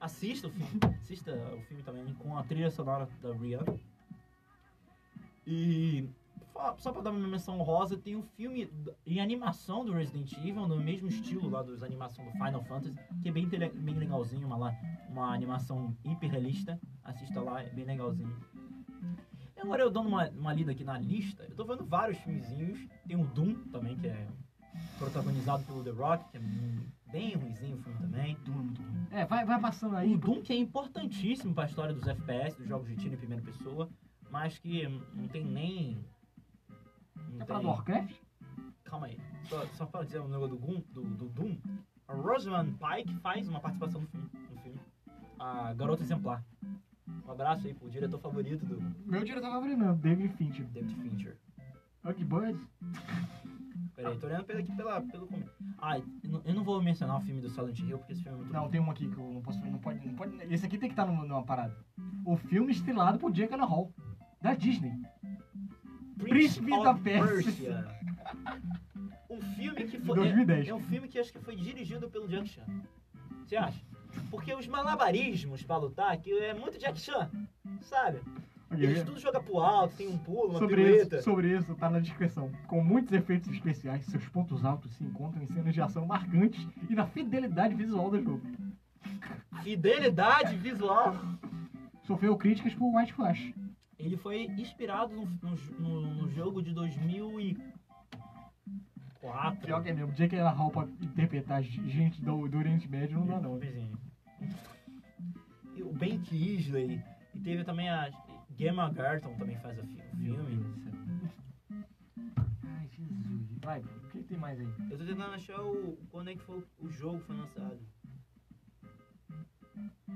S1: Assista o filme. Assista o filme também com a trilha sonora da Rihanna. E fa- só pra dar uma menção rosa, tem um filme d- em animação do Resident Evil, no mesmo estilo lá dos animação do Final Fantasy, que é bem, tele- bem legalzinho, uma, lá, uma animação hiperrealista. Assista lá, é bem legalzinho. E agora eu dando uma, uma lida aqui na lista, eu tô vendo vários filmezinhos. Tem o Doom também, que é protagonizado pelo The Rock, que é bem ruimzinho o filme também.
S3: É, vai, vai passando aí.
S1: O Doom que é importantíssimo para a história dos FPS, dos jogos de tiro em primeira pessoa, mas que não tem nem. Não
S3: É pra
S1: tem-
S3: do Warcraft?
S1: Calma aí. Só, só para dizer o negócio do, Goom- do, do Doom, a Rosamund Pike faz uma participação no filme. No filme. A Garota Exemplar. Um abraço aí pro diretor favorito do
S3: Meu diretor favorito não, David Fincher.
S1: David Fincher.
S3: Ugly Bird?
S1: Peraí, tô olhando pela- aqui pela, pelo começo. Ah, eu não- eu não vou mencionar o filme do Silent Hill, porque esse filme é muito
S3: Não,
S1: bom.
S3: tem um aqui que eu não posso não pode, não pode. Esse aqui tem que estar numa, numa parada. O filme estrelado por Jake Hall, da Disney. Príncipe
S1: of
S3: da Pérsia.
S1: Um filme que
S3: Em
S1: foi.
S3: 2010.
S1: É, é um filme que acho que foi dirigido pelo Jack Chan. Você acha? Porque os malabarismos pra lutar, que é muito Jack Chan, sabe? Eles tudo joga pro alto, tem um pulo, uma
S3: Sobre
S1: pirueta.
S3: isso, sobre isso, tá na descrição. Com muitos efeitos especiais, seus pontos altos se encontram em cenas de ação marcantes e na fidelidade visual do jogo.
S1: Fidelidade visual.
S3: Sofreu críticas por White Flash.
S1: Ele foi inspirado no, no- no- no jogo de 2004.
S3: Pior que é mesmo, Jake Hall pra interpretar gente do, do Oriente Médio não dá não. né?
S1: Vizinho. E o Ben Kingsley. E teve também a Gemma Garton também faz o fi- o filme.
S3: Ai, Jesus. Vai, o que tem mais aí?
S1: Eu tô tentando achar o quando é que foi o jogo que foi lançado.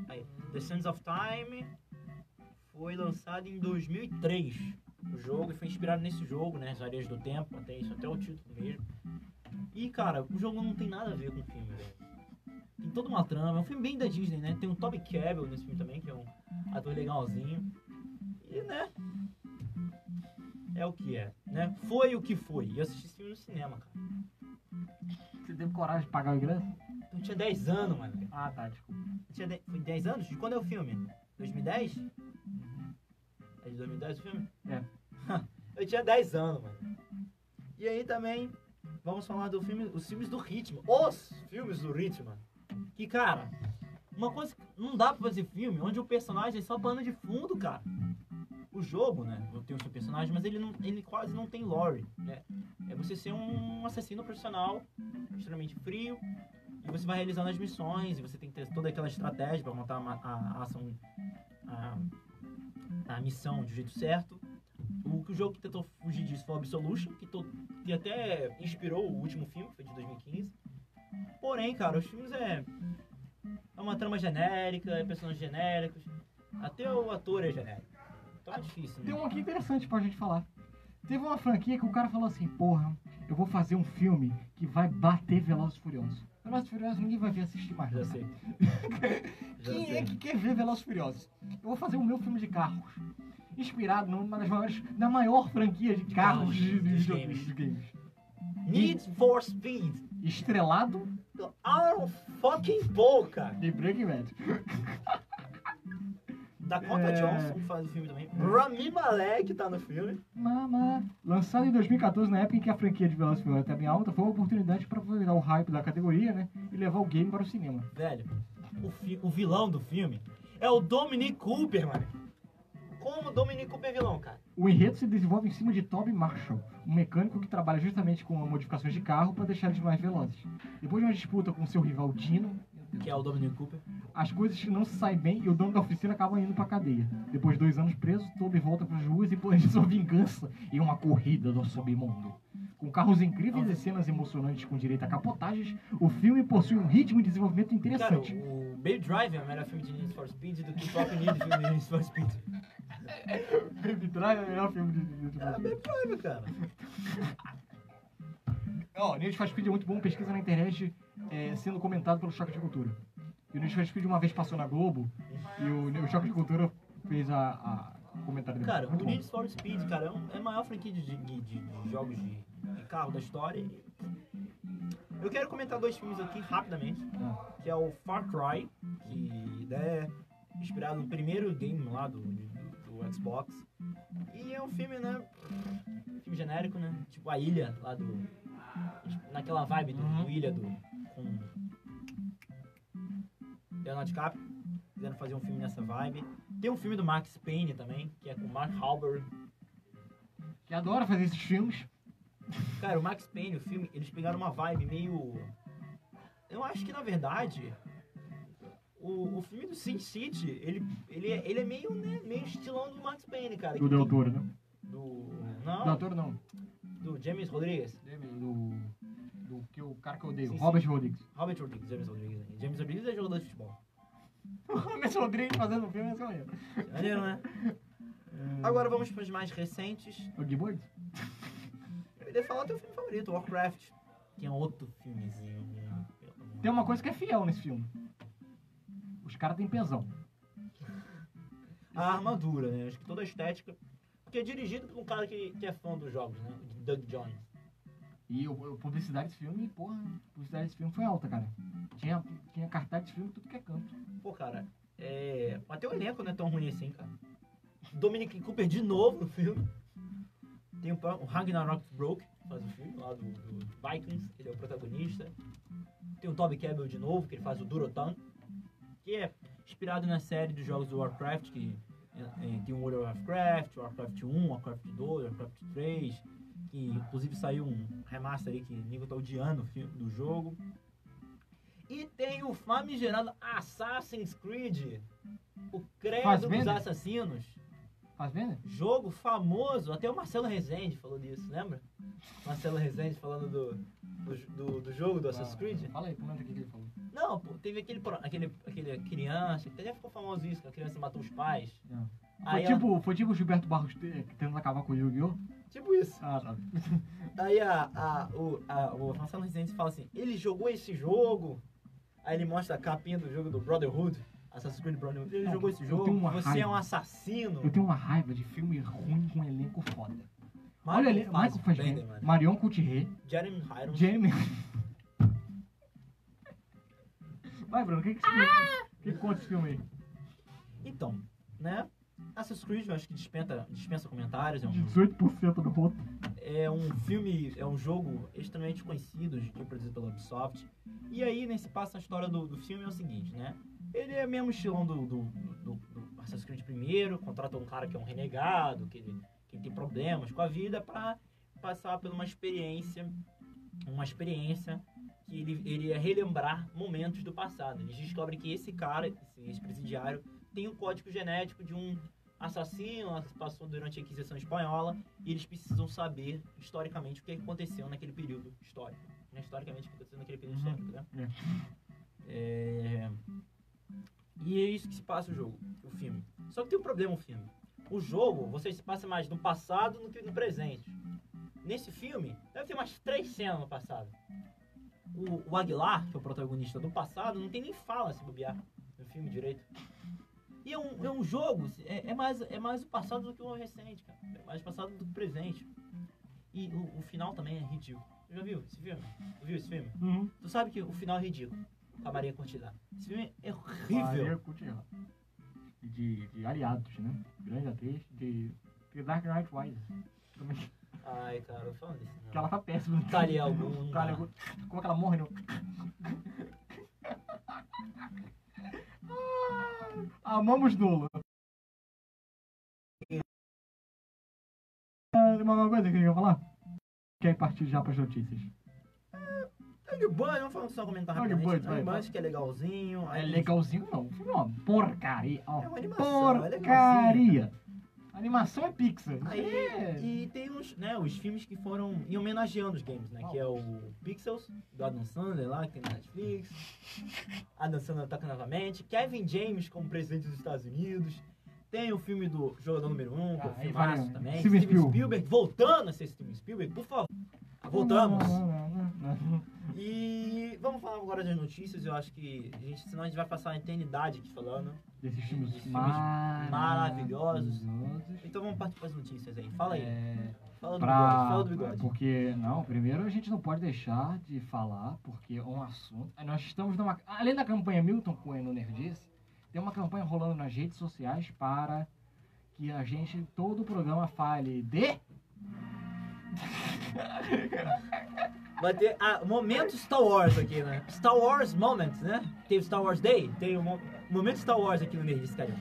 S1: Aí, The Sands of Time foi lançado em 2003. O jogo e foi inspirado nesse jogo, né? As areias do tempo, até isso, até o título mesmo. E cara, o jogo não tem nada a ver com o filme, velho. Tem toda uma trama, é um filme bem da Disney, né? Tem o Toby Cabell nesse filme também, que é um ator legalzinho. E né? É o que é, né? Foi o que foi. E eu assisti esse filme no cinema, cara.
S3: Você teve coragem de pagar o ingresso?
S1: Eu Então, tinha 10 anos, mano.
S3: Ah, tá, desculpa.
S1: Eu tinha de... Foi 10 anos? De quando é o filme? 2010? É de 2010 o filme?
S3: É.
S1: *laughs* Eu tinha 10 anos, mano. E aí também, vamos falar do filme, os filmes do ritmo. Os filmes do ritmo. Que, cara, uma coisa que não dá pra fazer filme onde o personagem é só pano de fundo, cara. O jogo, né? Tem o seu personagem, mas ele, não, ele quase não tem lore, né? É você ser um assassino profissional, extremamente frio, e você vai realizando as missões, e você tem que ter toda aquela estratégia pra montar uma- a, a ação, a, a missão do jeito certo. O que o jogo que tentou fugir disso foi o Absolution, que, to- que até inspirou o último filme, que foi de 2015. Porém, cara, os filmes é, é uma trama genérica, é personagens genéricos, até o ator é genérico. Então é difícil,
S3: Tem
S1: né?
S3: um aqui interessante pra gente falar. Teve uma franquia que o cara falou assim, porra, eu vou fazer um filme que vai bater Velozes e Furiosos. Velozes e Furiosos ninguém vai ver assistir mais. não.
S1: Já sei. Já
S3: um *laughs* Quem
S1: sei.
S3: é que quer ver Velozes e Furiosos? Eu vou fazer o meu filme de carros. Inspirado numa das maiores, na maior franquia de carros de, de,
S1: dos
S3: de-
S1: games.
S3: de games.
S1: Need for Speed!
S3: Estrelado
S1: Out of fucking Paul, cara!
S3: de Breaking Bad.
S1: Dakota
S3: É.
S1: Johnson faz o filme também. Rami Malek tá no filme.
S3: Mama. Lançado em 2014, na época em que a franquia de Velozes e Furiosos estava bem alta, foi uma oportunidade para aproveitar o hype da categoria, né? E levar o game para o cinema.
S1: Velho, o, fi- o vilão do filme é o Dominic Cooper, mano. Como o Dominic Cooper é vilão, cara?
S3: O enredo se desenvolve em cima de Toby Marshall, um mecânico que trabalha justamente com modificações de carro para deixar eles mais velozes. Depois de uma disputa com seu rival Dino,
S1: Que é o Dominic Cooper.
S3: as coisas não se saem bem e o dono da oficina acaba indo para cadeia. Depois de dois anos preso, Toby volta para as ruas e planeja sua vingança em uma corrida do submundo. Com carros incríveis e cenas emocionantes com direito a capotagens, o filme possui um ritmo de desenvolvimento
S1: Cara,
S3: interessante.
S1: o Baby Drive é o melhor filme de Need for Speed do que o próprio Need filme de Need for *laughs* Speed.
S3: Baby Drive é o melhor filme de, de, de-
S1: Cara, Baby Drive, cara.
S3: Ó, o Need for Speed é muito bom, pesquisa na internet é, sendo comentado pelo Choque de Cultura. E o Need for Speed uma vez passou na Globo e o, o Choque de Cultura fez a, a- o comentário dele.
S1: Cara,
S3: muito
S1: o
S3: bom.
S1: Need for Speed, cara, é um- é a maior franquia de, de- de- de jogos de, de carro da história. e- Eu quero comentar dois filmes aqui rapidamente,
S3: Ah.
S1: que é o Far Cry, que né, é inspirado no primeiro game lá do, do- do Xbox. E é um filme, né? Filme genérico, né? Tipo a ilha lá do. Naquela vibe do,
S2: Uhum.
S1: do ilha do. com Leonardo DiCaprio. Quiseram fazer um filme nessa vibe. Tem um filme do Max Payne também, que é com o Mark Halberg.
S3: Que adora fazer esses filmes.
S1: Cara, o Max Payne, o filme, eles pegaram uma vibe meio. Eu acho que na verdade. O, o filme do Sin City, ele, ele, é- ele é meio, né, meio estilão do Max Payne, cara.
S3: Do Del Toro, né?
S1: Do-
S3: Do
S1: Não,
S3: ator não.
S1: do James Rodrigues.
S3: Do, do que o cara que eu odeio.
S1: Sim, sim.
S3: Robert Rodrigues. *laughs*
S1: Robert Rodrigues, James Rodrigues. né? James Rodrigues é jogador de futebol.
S3: Robert Rodrigues fazendo um filme, essa lembro.
S1: Maneiro, né? Agora vamos para os mais recentes.
S3: É, O Gibbard?
S1: Eu ia falar teu filme favorito, Warcraft. Que é outro filmezinho. né? Pelo amor de
S3: Tem uma coisa que é fiel nesse filme. Os caras têm pesão.
S1: a armadura, né? Acho que toda a estética. Porque é dirigido por um cara que, que é fã dos jogos, né? O Doug Jones.
S3: E o- a publicidade desse filme, porra, a publicidade desse filme foi alta, cara. Tinha, tinha cartaz desse filme em tudo que é canto.
S1: Pô, cara, é. Até o elenco não é tão ruim assim, cara. Dominic Cooper de novo no filme. Tem o, pró- o Ragnarok Broke, faz o filme lá do, do Vikings, ele é o protagonista. Tem o Toby Cabell de novo, que ele faz o Durotan, que é inspirado na série dos jogos do Warcraft, que é, é, tem o World of Warcraft, Warcraft 1, Warcraft 2, Warcraft 3, que inclusive saiu um remaster aí que o Nico tá odiando o filme- do jogo. E tem o famigerado Assassin's Creed, o
S3: Faz
S1: credo dos
S3: mesmo?
S1: assassinos.
S3: Faz Tá vendo?
S1: Jogo famoso, até o Marcelo Rezende falou disso, lembra? Marcelo Rezende falando do, do, do- do jogo do Assassin's Creed.
S3: Fala aí, comenta o que que ele falou.
S1: Não, pô, teve aquele, pro- aquele, aquele criança, que até ficou famoso isso, que a criança matou os pais.
S3: Não. Foi
S1: Aí ela-
S3: tipo, foi tipo o Gilberto Barros te- tentando acabar com o Yu-Gi-Oh!
S1: tipo isso.
S3: Ah, tá.
S1: Aí a, a- o, a- o Marcelo Rezende fala assim, ele jogou esse jogo. Aí ele mostra a capinha do jogo do Brotherhood, Assassin's Creed Brotherhood. Ele
S3: Cara,
S1: jogou esse
S3: eu tenho
S1: jogo,
S3: uma
S1: você é
S3: raiva.
S1: um assassino.
S3: Eu tenho uma raiva de filme ruim com elenco foda. Olha ali,
S1: Faz-
S3: Michael Fassbender,
S1: Fassbender, mano.
S3: Marion Couturier,
S1: Jeremy Irons.
S3: Jamie... Vai, Bruno, o que que você... O que que conta esse filme aí?
S1: Então, né? Assassin's Creed, eu acho que dispensa, dispensa comentários. É um,
S3: 18% do roto.
S1: é um filme, é um jogo extremamente conhecido, hoje em dia produzido pela Ubisoft. E aí, nesse passa a história do, do filme é o seguinte, né? Ele é mesmo estilão do, do, do, do Assassin's Creed primeiro, contrata um cara que é um renegado, que ele, que ele tem problemas com a vida, pra passar por uma experiência, uma experiência que ele, ele ia relembrar momentos do passado. Eles descobrem que esse cara, esse ex-presidiário, tem o código genético de um assassino que passou durante a Inquisição Espanhola e eles precisam saber historicamente o que aconteceu naquele período histórico. Né? Historicamente, o que aconteceu naquele período
S3: Uhum.
S1: histórico, né? É... E é isso que se passa o jogo, o filme. Só que tem um problema o filme. O jogo, você se passa mais no passado do que no presente. Nesse filme, deve ter umas três cenas no passado. O, o Aguilar, que é o protagonista do passado, não tem nem fala se bobear no filme direito. E é um, é um jogo, é, é mais, é mais o passado do que o recente, cara. É mais o passado do que o presente. E o, o final também é ridículo. Você já viu esse filme? Tu viu esse filme?
S3: Uhum.
S1: Tu sabe que o final é ridículo. Com a Maria Curtidá. Esse filme é horrível.
S3: De, de aliados, né? Grande atriz de The Dark Knight Rises. Também,
S1: Ai, cara, eu falo disso.
S3: Que
S1: Não.
S3: ela tá péssima.
S1: Talha
S3: *laughs*
S1: algum.
S3: Talha algum- Como é que ela morre, não? Ah, Amamos Nola. Ah, Tem mais alguma coisa que eu ia falar? Quer partir já pras notícias?
S1: Bugs, vamos falar só comentar
S3: Olha o
S1: rapidamente.
S3: Bugs, vai,
S1: Olha o
S3: vai.
S1: Bugs, que é legalzinho. aí
S3: É
S1: tem-
S3: legalzinho não. O filme é uma porcaria. uma
S1: É uma animação, é legalzinho,
S3: porcaria. animação é Pixar. É.
S1: Aí, e tem uns, né, os filmes que foram em homenageando os games, né? Que é o Pixels, do Adam Sandler lá, que tem na Netflix. Adam Sandler toca novamente. Kevin James como presidente dos Estados Unidos. Tem o filme do Jogador Número 1, um, que é
S3: Ah,
S1: o
S3: aí
S1: filmaço
S3: vai,
S1: também.
S3: Steven Spielberg.
S1: Voltando a ser Steven Spielberg, por favor. Voltamos.
S3: Não, não, não, não.
S1: E vamos falar agora das notícias. Eu acho que a gente, senão a gente vai passar a eternidade aqui falando.
S3: Desses filmes,
S1: Esses filmes
S3: maravilhosos.
S1: Então vamos partir para as notícias aí. Fala aí.
S3: É,
S1: Fala do bigode.
S3: pra,
S1: Fala do é bigode.
S3: porque, não, primeiro a gente não pode deixar de falar, porque é um assunto. Nós estamos numa. Além da campanha Milton Cunha no Nerdice, tem uma campanha rolando nas redes sociais para que a gente, todo o programa, fale de.
S1: Vai ter ah, momento Star Wars aqui, né? Star Wars Moments, né? Teve Star Wars Day, tem o mo- momento Star Wars aqui no Nerdice, cara.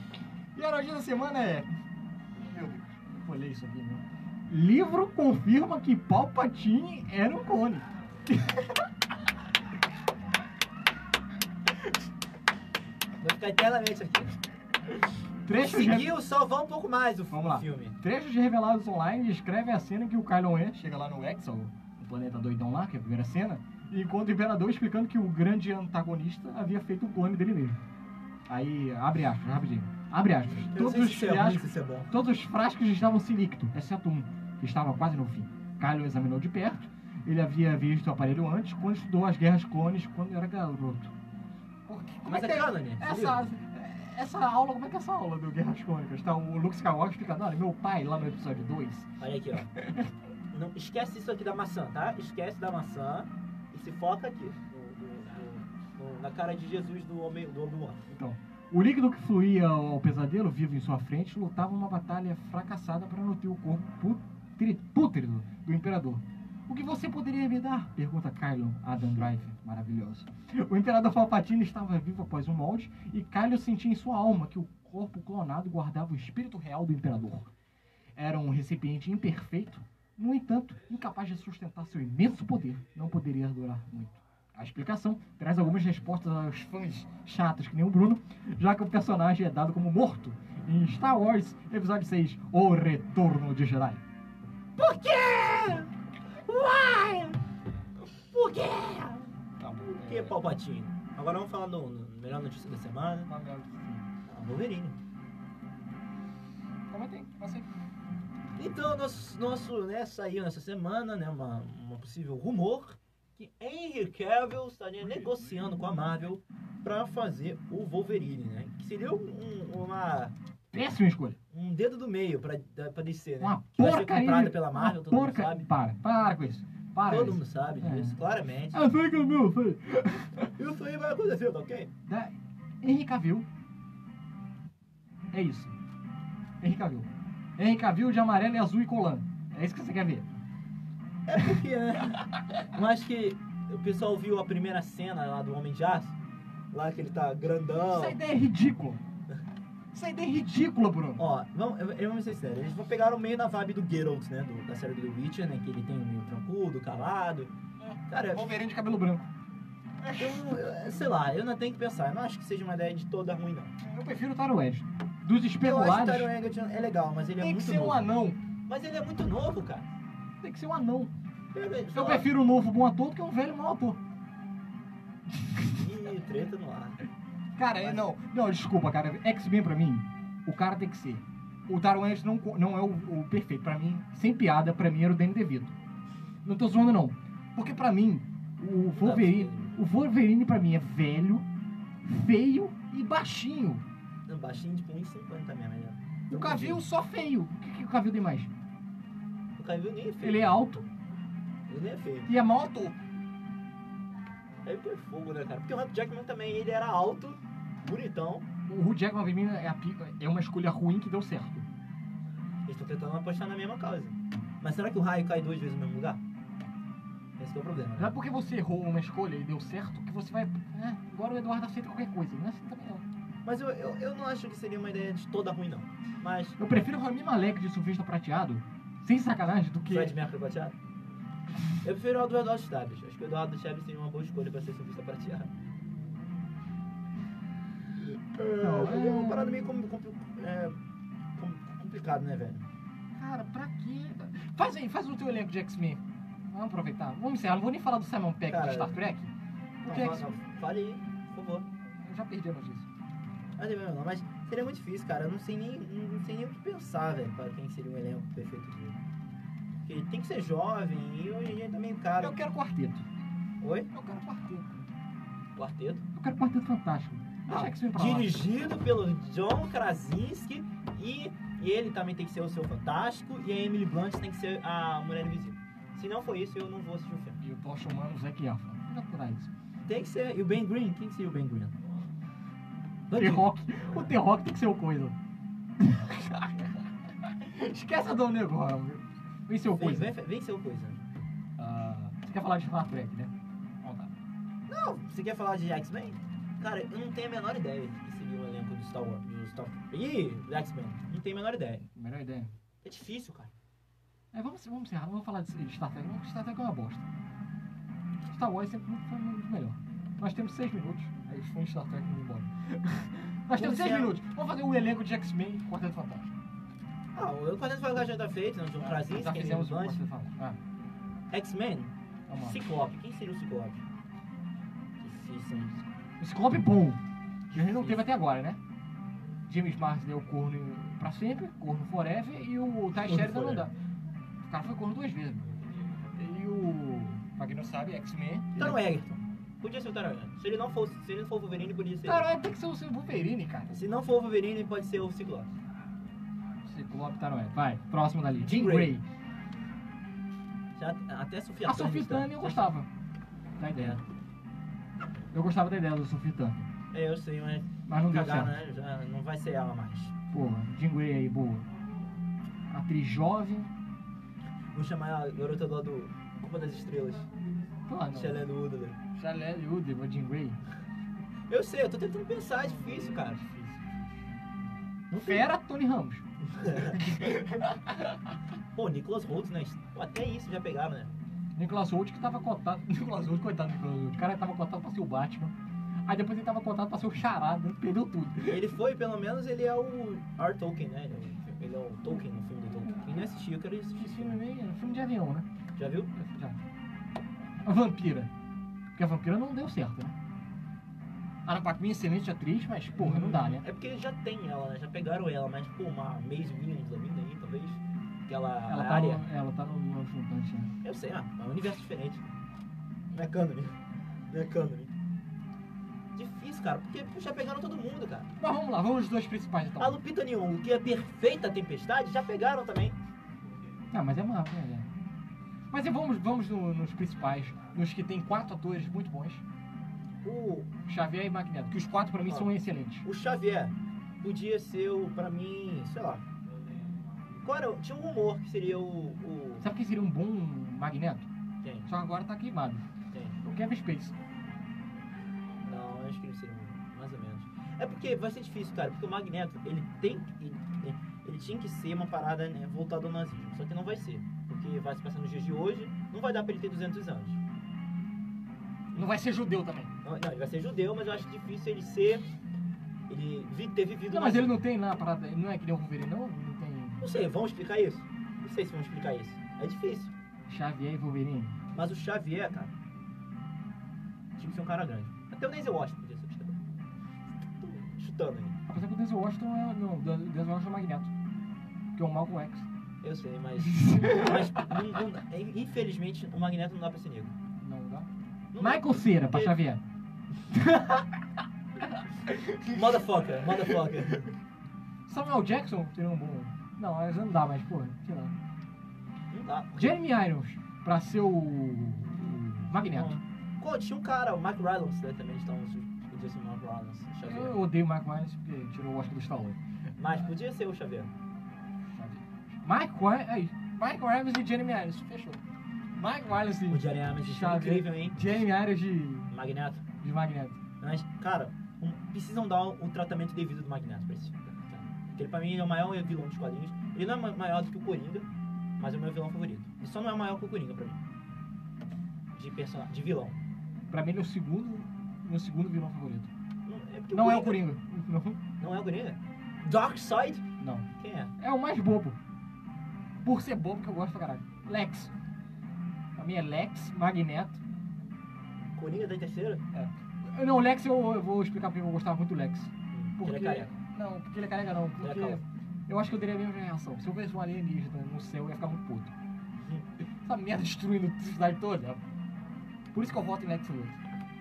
S3: E a notícia da semana é.
S2: Meu Deus.
S3: Eu Colei isso aqui, não. Livro confirma que Palpatine era um clone.
S1: Vai ficar eternamente aqui.
S3: Trechos, re...
S1: Conseguiu salvar um pouco mais o f-
S3: Vamos lá.
S1: filme.
S3: Trechos revelados online descreve a cena em que o Kylo Ren
S2: Chega lá no Exo.
S3: o planeta doidão lá, que é a primeira cena, e encontra o imperador explicando que o grande antagonista havia feito um clone dele mesmo. Aí, abre aspas, rapidinho. Abre aspas.
S1: Eu não
S3: Todos
S1: sei
S3: os,
S1: se isso é ruim, se
S3: fiascos,
S1: isso é bom.
S3: todos os frascos estavam silicto, exceto um, que estava quase no fim. Kylo examinou de perto. Ele havia visto o aparelho antes, quando estudou as guerras clones quando era garoto. Por que- Como
S1: Mas é canon, né?
S3: essa, essa aula, como é que é essa aula do Guerras Crônicas? Tá, o Luke Skywalker explicando, olha, meu pai lá no episódio 2.
S1: Olha aqui, ó. Não esquece isso aqui da maçã, tá? Esquece da maçã e se foca aqui. no- no- no- no- na cara de Jesus do homem do Obi-Wan.
S3: Então, o líquido que fluía ao pesadelo vivo em sua frente lutava uma batalha fracassada para nutrir o corpo putri- pútrido do imperador. O que você poderia me dar? Pergunta Kylo Adam Driver, maravilhoso. *laughs* O imperador Palpatine estava vivo após um molde e Kylo sentia em sua alma que o corpo clonado guardava o espírito real do imperador. Era um recipiente imperfeito, no entanto, incapaz de sustentar seu imenso poder. Não poderia durar muito. A explicação traz algumas respostas aos fãs chatos, que nem o Bruno, já que o personagem é dado como morto em Star Wars Episódio 6, O Retorno de Jedi.
S1: Por quê? Uai! Por quê?
S2: Tá bom.
S1: Por
S3: É.
S1: que, Palpatine? Agora vamos falar do no- melhor notícia da semana.
S2: Uma merda.
S1: A Wolverine.
S2: Comentei. Passei.
S1: Então, nosso, nosso né, saiu nessa semana, né, uma, uma possível rumor que Henry Cavill estaria negociando com a Marvel para fazer o Wolverine, né? Que seria um, uma,
S3: Péssima escolha.
S1: um dedo do meio para descer, né?
S3: Uma
S1: que vai ser
S3: porcaria.
S1: comprada
S3: de-
S1: pela
S3: uma
S1: Marvel, todo mundo
S3: porca-
S1: sabe.
S3: Para, para com isso. Para
S1: Todo
S3: com
S1: mundo
S3: isso.
S1: sabe
S3: É.
S1: disso, claramente.
S3: Ah, foi que eu vi, foi.
S1: Isso aí vai acontecer, tá ok?
S3: Da... Henry Cavill. É isso. Henry Cavill. Henry Cavill de amarelo e azul e colando. É isso que você quer ver.
S1: É porque, né? *laughs* Eu acho que o pessoal viu a primeira cena lá do Homem de Aço, lá que ele tá grandão.
S3: Essa ideia é ridícula. Essa ideia é ridícula, Bruno.
S1: Ó, vamos, eu, eu vou ser sério, eles vão pegar o meio na vibe do Geralt, né? do- da série do The Witcher, né? Que ele tem o meio trancudo, calado.
S3: É,
S1: Cara,
S3: Wolverine de cabelo branco.
S1: eu, eu- sei lá, eu não tenho que pensar. Eu não acho que seja uma ideia de toda ruim, não.
S3: Eu prefiro o Taro Edge. Dos
S1: Eu acho que o
S3: especulados,
S1: Taron Egerton é legal, mas ele é
S3: tem que
S1: muito
S3: ser um
S1: novo.
S3: anão.
S1: Mas ele é muito novo, cara.
S3: Tem que ser um anão.
S1: Pega, sei
S3: Eu
S1: lá.
S3: prefiro um novo bom ator do que um velho mau ator.
S1: Ih, treta no ar.
S3: Cara, é- não, não, desculpa, cara. X-Men pra mim, o cara tem que ser. O Taron Edge não, co- não é o, o perfeito. Pra mim, sem piada, pra mim era o Danny DeVito. Não tô zoando, não. Porque pra mim, o Wolverine, o Wolverine pra mim é velho, feio e baixinho.
S1: Não, baixinho tipo 1,50 mesmo. Ele é.
S3: O Cavill só feio. O que, que o Cavill tem mais?
S1: O Cavil nem é feio.
S3: Ele é alto
S1: Ele nem é feio.
S3: e é mau ator.
S1: Aí põe fogo, né, cara? Porque o Hugh Jackman também, ele era alto, bonitão.
S3: O Hugh Jackman pra mim é, a pi- é uma escolha ruim que deu certo.
S1: Eles estão tentando apostar na mesma causa. Mas será que o raio cai duas vezes no mesmo lugar? Esse que é o problema,
S3: Não é
S1: né?
S3: porque você errou uma escolha e deu certo que você vai. né? Agora o Eduardo aceita qualquer coisa. Não é assim também não.
S1: Mas eu, eu, eu não acho que seria uma ideia de toda ruim, não. Mas...
S3: Eu prefiro o Rami Malek de surfista prateado, sem sacanagem, do que.
S1: Fred Mercury prateado? Eu prefiro o do Eduardo Chaves. Acho que o Eduardo Chaves seria uma boa escolha pra ser surfista prateado.
S3: Não,
S1: é uma
S3: é-
S1: parada meio compli- compli- é, com- complicado, né, velho?
S3: Cara, pra quê? Faz aí, faz o teu elenco de X-Men. Vamos aproveitar. Vamos encerrar. Não vou nem falar do Simon Peck
S1: Cara,
S3: de Star Trek.
S1: Não,
S3: Porque
S1: fala- não, Fale aí, por favor.
S3: Eu já perdi a notícia.
S1: Mas, eu- não, mas seria muito difícil, cara. Eu não sei nem, não sei nem o que pensar, velho, para quem seria o elenco perfeito dele. Porque tem que ser jovem e hoje em dia tá meio caro.
S3: Eu quero quarteto.
S1: Oi?
S3: Eu quero quarteto.
S1: Quarteto.
S3: Eu quero quarteto fantástico. Deixa
S1: Ah,
S3: que isso pra lá.
S1: Dirigido pelo John Krasinski e ele também tem que ser o seu fantástico e a Emily Blunt tem que ser a mulher invisível. Se não for isso, eu não vou assistir o filme.
S3: E eu tô chamando o Zac Efron. Já terá isso.
S1: Tem que ser. E o Ben Green? Quem que seria o Ben Green?
S3: The Rock. O The Rock tem que ser o coisa. *laughs* Esquece a Dom Negro. Vem ser é o
S1: Vem,
S3: coisa.
S1: vem, vem ser o coisa.
S3: Ah, você quer falar de Star Trek, né? Então tá.
S1: Não, você quer falar de X-Men? Cara, eu não tenho a menor ideia de seguir o elenco do Star Wars. Do Star... Ih, do X-Men. Não tenho a menor ideia.
S3: Melhor ideia.
S1: É difícil, cara.
S3: É, vamos, vamos encerrar, vamos falar de, de Star Trek. Não, Star Trek é uma bosta. Star Wars sempre foi muito melhor. Nós temos seis minutos. Aí foi Star Trek indo
S1: *laughs*
S3: embora.
S1: Vamos
S3: Nós temos seis
S1: encerrar.
S3: minutos. Vamos fazer o elenco de X-Men e Quarteto Fantástico.
S1: Ah, o Quarteto Fantástico já tá feito, né? John Krasinski,
S3: Ah, Já
S1: Emily
S3: fizemos o
S1: Blunt.
S3: Quarteto Fantástico. Ah,
S1: X-Men?
S3: vamos lá.
S1: Ciclope. Quem seria o Ciclope? Difícil, hein?
S3: O Ciclope bom. Que a gente não teve até agora, né? James Marsden é o corno pra sempre, corno forever, e o Ty
S1: Corno
S3: Sheridan não
S1: forever.
S3: dá. O cara foi corno duas vezes, mano. E o... Pra quem não sabe, X-Men...
S1: Taron Egerton. Podia ser o Taron Egerton. Se ele não fosse, se ele não for o Wolverine, podia ser.
S3: Cara, tem que ser o seu Wolverine, cara.
S1: ele. Se não for o Wolverine, pode ser o Ciclope.
S3: Ciclope tá não é. Vai, próximo dali. Jean
S1: Jean
S3: Grey.
S1: Já, até a Sofia tá?
S3: A Ah, Sophie
S1: está-
S3: Turner eu gostava. Da ideia. Eu gostava da ideia do Sophie Turner.
S1: É, eu sei, mas
S3: Mas não deu
S1: cagaram,
S3: certo.
S1: né? Já não vai ser ela mais.
S3: Porra, Jean Grey aí, boa. Atriz jovem.
S1: Vou chamar a garota lá do Copa das Estrelas.
S3: Pô, não.
S1: Shailene Woodley.
S3: Charlie Woodley, Jean Grey.
S1: Eu sei, eu tô tentando pensar, é difícil, cara. Não sei.
S3: Fera Tony Ramos.
S1: Pô, Nicholas Holtz, né? Pô, Até isso já pegaram, né?
S3: Nicolas Holt que tava cotado. *laughs* Nicolas Holt, coitado do Nicolas Holt. O cara tava cotado pra ser o Batman. Aí depois ele tava cotado pra ser o Charada. Perdeu tudo.
S1: Ele foi, pelo menos, ele é o R. Tolkien, né? Ele é o, ele é o Tolkien no filme do Tolkien. Quem não assistiu, eu quero assistir
S3: Esse
S1: esse
S3: filme é
S1: filme.
S3: meio. filme de avião, né?
S1: Já viu?
S3: Já. A vampira. Porque a vampira não deu certo, né? Ah, A Ana Paquin, excelente atriz, mas porra, não dá, né?
S1: É porque já tem ela, né? Já pegaram ela, mas, pô, uma Maze Williams da vida aí, talvez. Aquela
S3: Ela tá,
S1: área.
S3: no, ela tá no, no juntante, né?
S1: Eu sei, ah, é um universo diferente. Não é cânone. Não é cânone. Difícil, cara, porque pô, já pegaram todo mundo, cara.
S3: Mas vamos lá, vamos os dois principais então.
S1: A Lupita Nyong'o, que é perfeita a tempestade, já pegaram também.
S3: Ah, mas é Marvel, né? Mas e vamos, vamos no- nos principais, nos que tem quatro atores muito bons,
S1: O,
S3: Xavier e Magneto, que os quatro pra mim são excelentes.
S1: o Xavier podia ser o, pra mim, sei lá. Qual era? o- Tinha um rumor que seria o. o
S3: Sabe quem seria um bom Magneto?
S1: quem?
S3: Só que agora tá queimado.
S1: Quem?
S3: O Kevin Space.
S1: Não, eu acho que ele seria um, mais ou menos. É porque vai ser difícil, cara, porque o Magneto, ele tem que- ele, ele- ele tinha que ser uma parada né, voltada ao nazismo, só que não vai ser, porque vai se passar nos dias de hoje, não vai dar pra ele ter 200 anos.
S3: Não vai ser judeu também.
S1: Não, não, ele vai ser judeu, mas eu acho difícil ele ser ele vi- ter vivido
S3: Não, mas
S1: nazismo.
S3: ele não tem lá a parada, não é que nem o Wolverine, não? Não tem
S1: Não sei, vão explicar isso? Não sei se vão explicar isso. É difícil.
S3: Xavier e Wolverine.
S1: Mas o Xavier, cara, tinha que ser um cara grande. Até o Denzel Washington podia ser chutando. Tô chutando aí.
S3: Apesar que o Denzel Washington é. Não, o Denzel Washington é o Magneto. Que é o Malcolm X.
S1: Eu sei,
S3: *laughs*
S1: mas. mas não- não- é, infelizmente o Magneto não dá pra ser negro.
S3: Não dá.
S1: Não dá.
S3: Michael Cera, pra
S1: Porque-
S3: Xavier.
S1: Motherfucker, motherfucker.
S3: Samuel Jackson seria um bom. Não, mas não dá mais, porra. Sei lá.
S1: Não dá.
S3: Jeremy Irons, pra ser o. o Magneto.
S1: Não. Pô, tinha um cara, o Mark Rylance, né? Também estavam. Podia ser o Mark Rylance, o Ah, Xavier.
S3: Eu odeio o Michael Irons porque tirou o Oscar do Stallone.
S1: Mas podia ser o Xavier.
S3: Michael Irons. Aí. Michael Irons e Jeremy Irons. Fechou. Michael Irons
S1: O
S3: e.
S1: Jerry Ames,
S3: Xavier.
S1: é incrível, hein?
S3: Jeremy Irons de,
S1: Magneto.
S3: de Magneto.
S1: Mas, cara, um- precisam dar o, o tratamento devido do Magneto pra esse filme, cara. Porque ele, pra mim, ele é o maior vilão dos quadrinhos. Ele não é ma- maior do que o Coringa, mas é o meu vilão favorito. Ele só não é maior que o Coringa pra mim. De personagem, de vilão.
S3: Pra mim ele é o segundo. Meu segundo vilão favorito.
S1: Não é, porque
S3: Não é o Coringa. Não.
S1: Não é o Coringa? Darkseid?
S3: Não.
S1: Quem é?
S3: É o mais bobo. Por ser bobo que eu gosto pra caralho. Lex. Pra mim é Lex, Magneto.
S1: Coringa da terceira?
S3: Eu- Não, Lex eu, eu vou explicar porque eu gostava muito do Lex.
S1: Porque
S3: Porque...
S1: ele é careca.
S3: Não, porque ele é careca não.
S1: Ele é
S3: Porque
S1: calvo.
S3: eu acho que eu teria a mesma reação. Se eu visse
S1: *laughs*
S3: um alienígena no céu, eu ia ficar muito puto. Essa merda destruindo a cidade toda. Por isso que eu voto em Lex Luthor.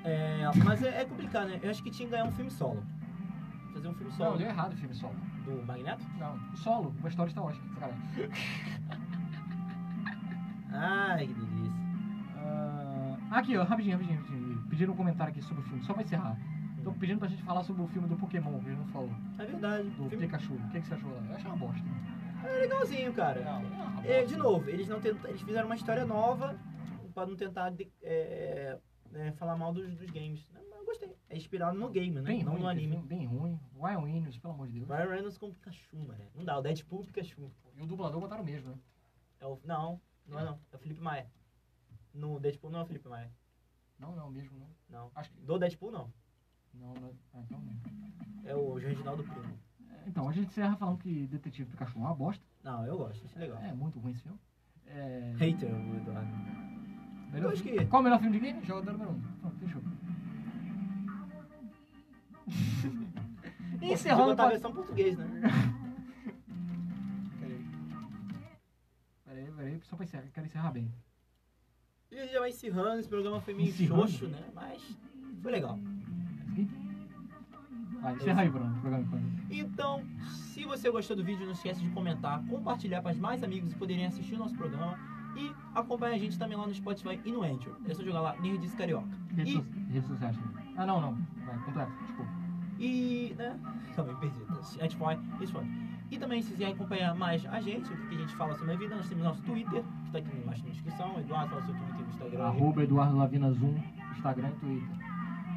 S1: É, mas é, é complicado, né? Eu acho que tinha que ganhar um filme solo. Fazer um filme
S3: Não,
S1: solo
S3: deu errado o filme solo.
S1: do Magneto?
S3: Não, solo, uma história de Star Wars. Sacanagem.
S1: Ai, que delícia.
S3: Ah, aqui, ó, rapidinho, rapidinho, rapidinho. Pediram um comentário aqui sobre o filme, só pra encerrar. Estão pedindo pra gente falar sobre o filme do Pokémon, que a gente não falou.
S1: É verdade.
S3: Do
S1: O filme
S3: Pikachu. O que, que você achou lá? Eu achei uma bosta.
S1: é legalzinho, cara.
S3: uma
S1: É,
S3: bosta.
S1: de novo, eles não tenta- eles fizeram uma história nova pra não tentar de- é, é, falar mal dos, dos games. Não, mas eu gostei. É inspirado no game, né?
S3: Bem
S1: não
S3: ruim,
S1: no
S3: esse
S1: anime.
S3: filme, Bem ruim. Ryan Williams, pelo amor de Deus.
S1: Ryan Reynolds com Pikachu, mano. Não dá, o Deadpool e Pikachu.
S3: E o dublador botaram o mesmo, né?
S1: É o, não, não é não. É o Felipe Maia. No Deadpool não é o Felipe Maia.
S3: Não, não, é o mesmo, não.
S1: Não.
S3: Acho que.
S1: Do Deadpool não.
S3: Não, não. Ah, então não.
S1: É o Reginaldo Primo.
S3: Então, a gente encerra falando que Detetive Pikachu é uma bosta.
S1: Não, eu gosto, achei legal.
S3: É muito ruim esse filme. É.
S1: Hater, o Eduardo.
S3: Melhor
S1: Eu acho
S3: filme-
S1: que-
S3: Qual o melhor filme de game? Jogador número 1. Um.
S1: *laughs*
S3: Pronto, fechou. E
S1: Podia
S3: Encerrando o
S1: botar a
S3: podcast.
S1: versão português, né?
S3: Peraí, peraí, só pra encerrar, quero encerrar bem.
S1: E a gente já vai encerrando, esse programa foi meio
S3: Encerrando?
S1: xoxo, né? Mas foi legal.
S3: Vai, encerra aí, Bruno. programa de fã.
S1: Então, se você gostou do vídeo, não esquece de comentar, compartilhar para mais amigos que poderem assistir o nosso programa e acompanha a gente também lá no Spotify e no Anchor. É só jogar lá Nerds Carioca.
S3: Redes
S1: E-
S3: so- redes sociais. também. Ah, não, não. Vai, completo, desculpa.
S1: E, né? *laughs* Calma, aí, perdi. tá? Spotify, Spotify. E também, se quiser acompanhar mais a gente, o que a gente fala sobre a vida, nós temos nosso Twitter, que está aqui embaixo na descrição. Eduardo fala seu Twitter e Instagram. aí.
S3: Arroba Eduardo Lavinas 1, Instagram e Twitter.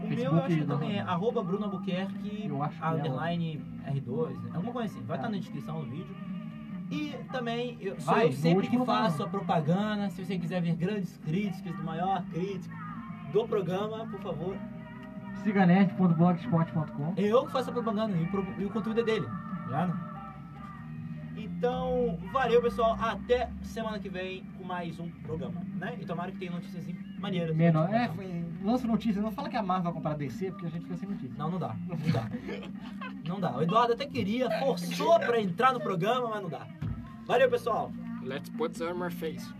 S1: O meu eu
S3: Facebook
S1: acho que
S3: da-
S1: também é arroba Bruno Albuquerque,
S3: né, Eu acho que é,
S1: underline R2, alguma coisa assim. Vai
S3: É.
S1: estar na descrição do vídeo. E também, eu, sou
S3: Vai,
S1: eu
S3: no
S1: sempre
S3: último
S1: que faço
S3: não.
S1: a propaganda. Se você quiser ver grandes críticas, do maior crítico do programa, por favor.
S3: Ciganete.blogspot.com.
S1: É eu que faço a propaganda e, o pro- e o conteúdo é dele. Já, né? Então, valeu pessoal. Até semana que vem com mais um programa, né? E tomara que tenha notícias assim maneiras.
S3: Menor. É, foi- lança notícia. Não fala que a Marvel vai comprar DC, porque a gente fica sem notícia.
S1: Não, não dá. Não dá. Não dá. O Eduardo até queria, forçou pra entrar no programa, mas não dá. Valeu, pessoal.
S6: Let's put some more face.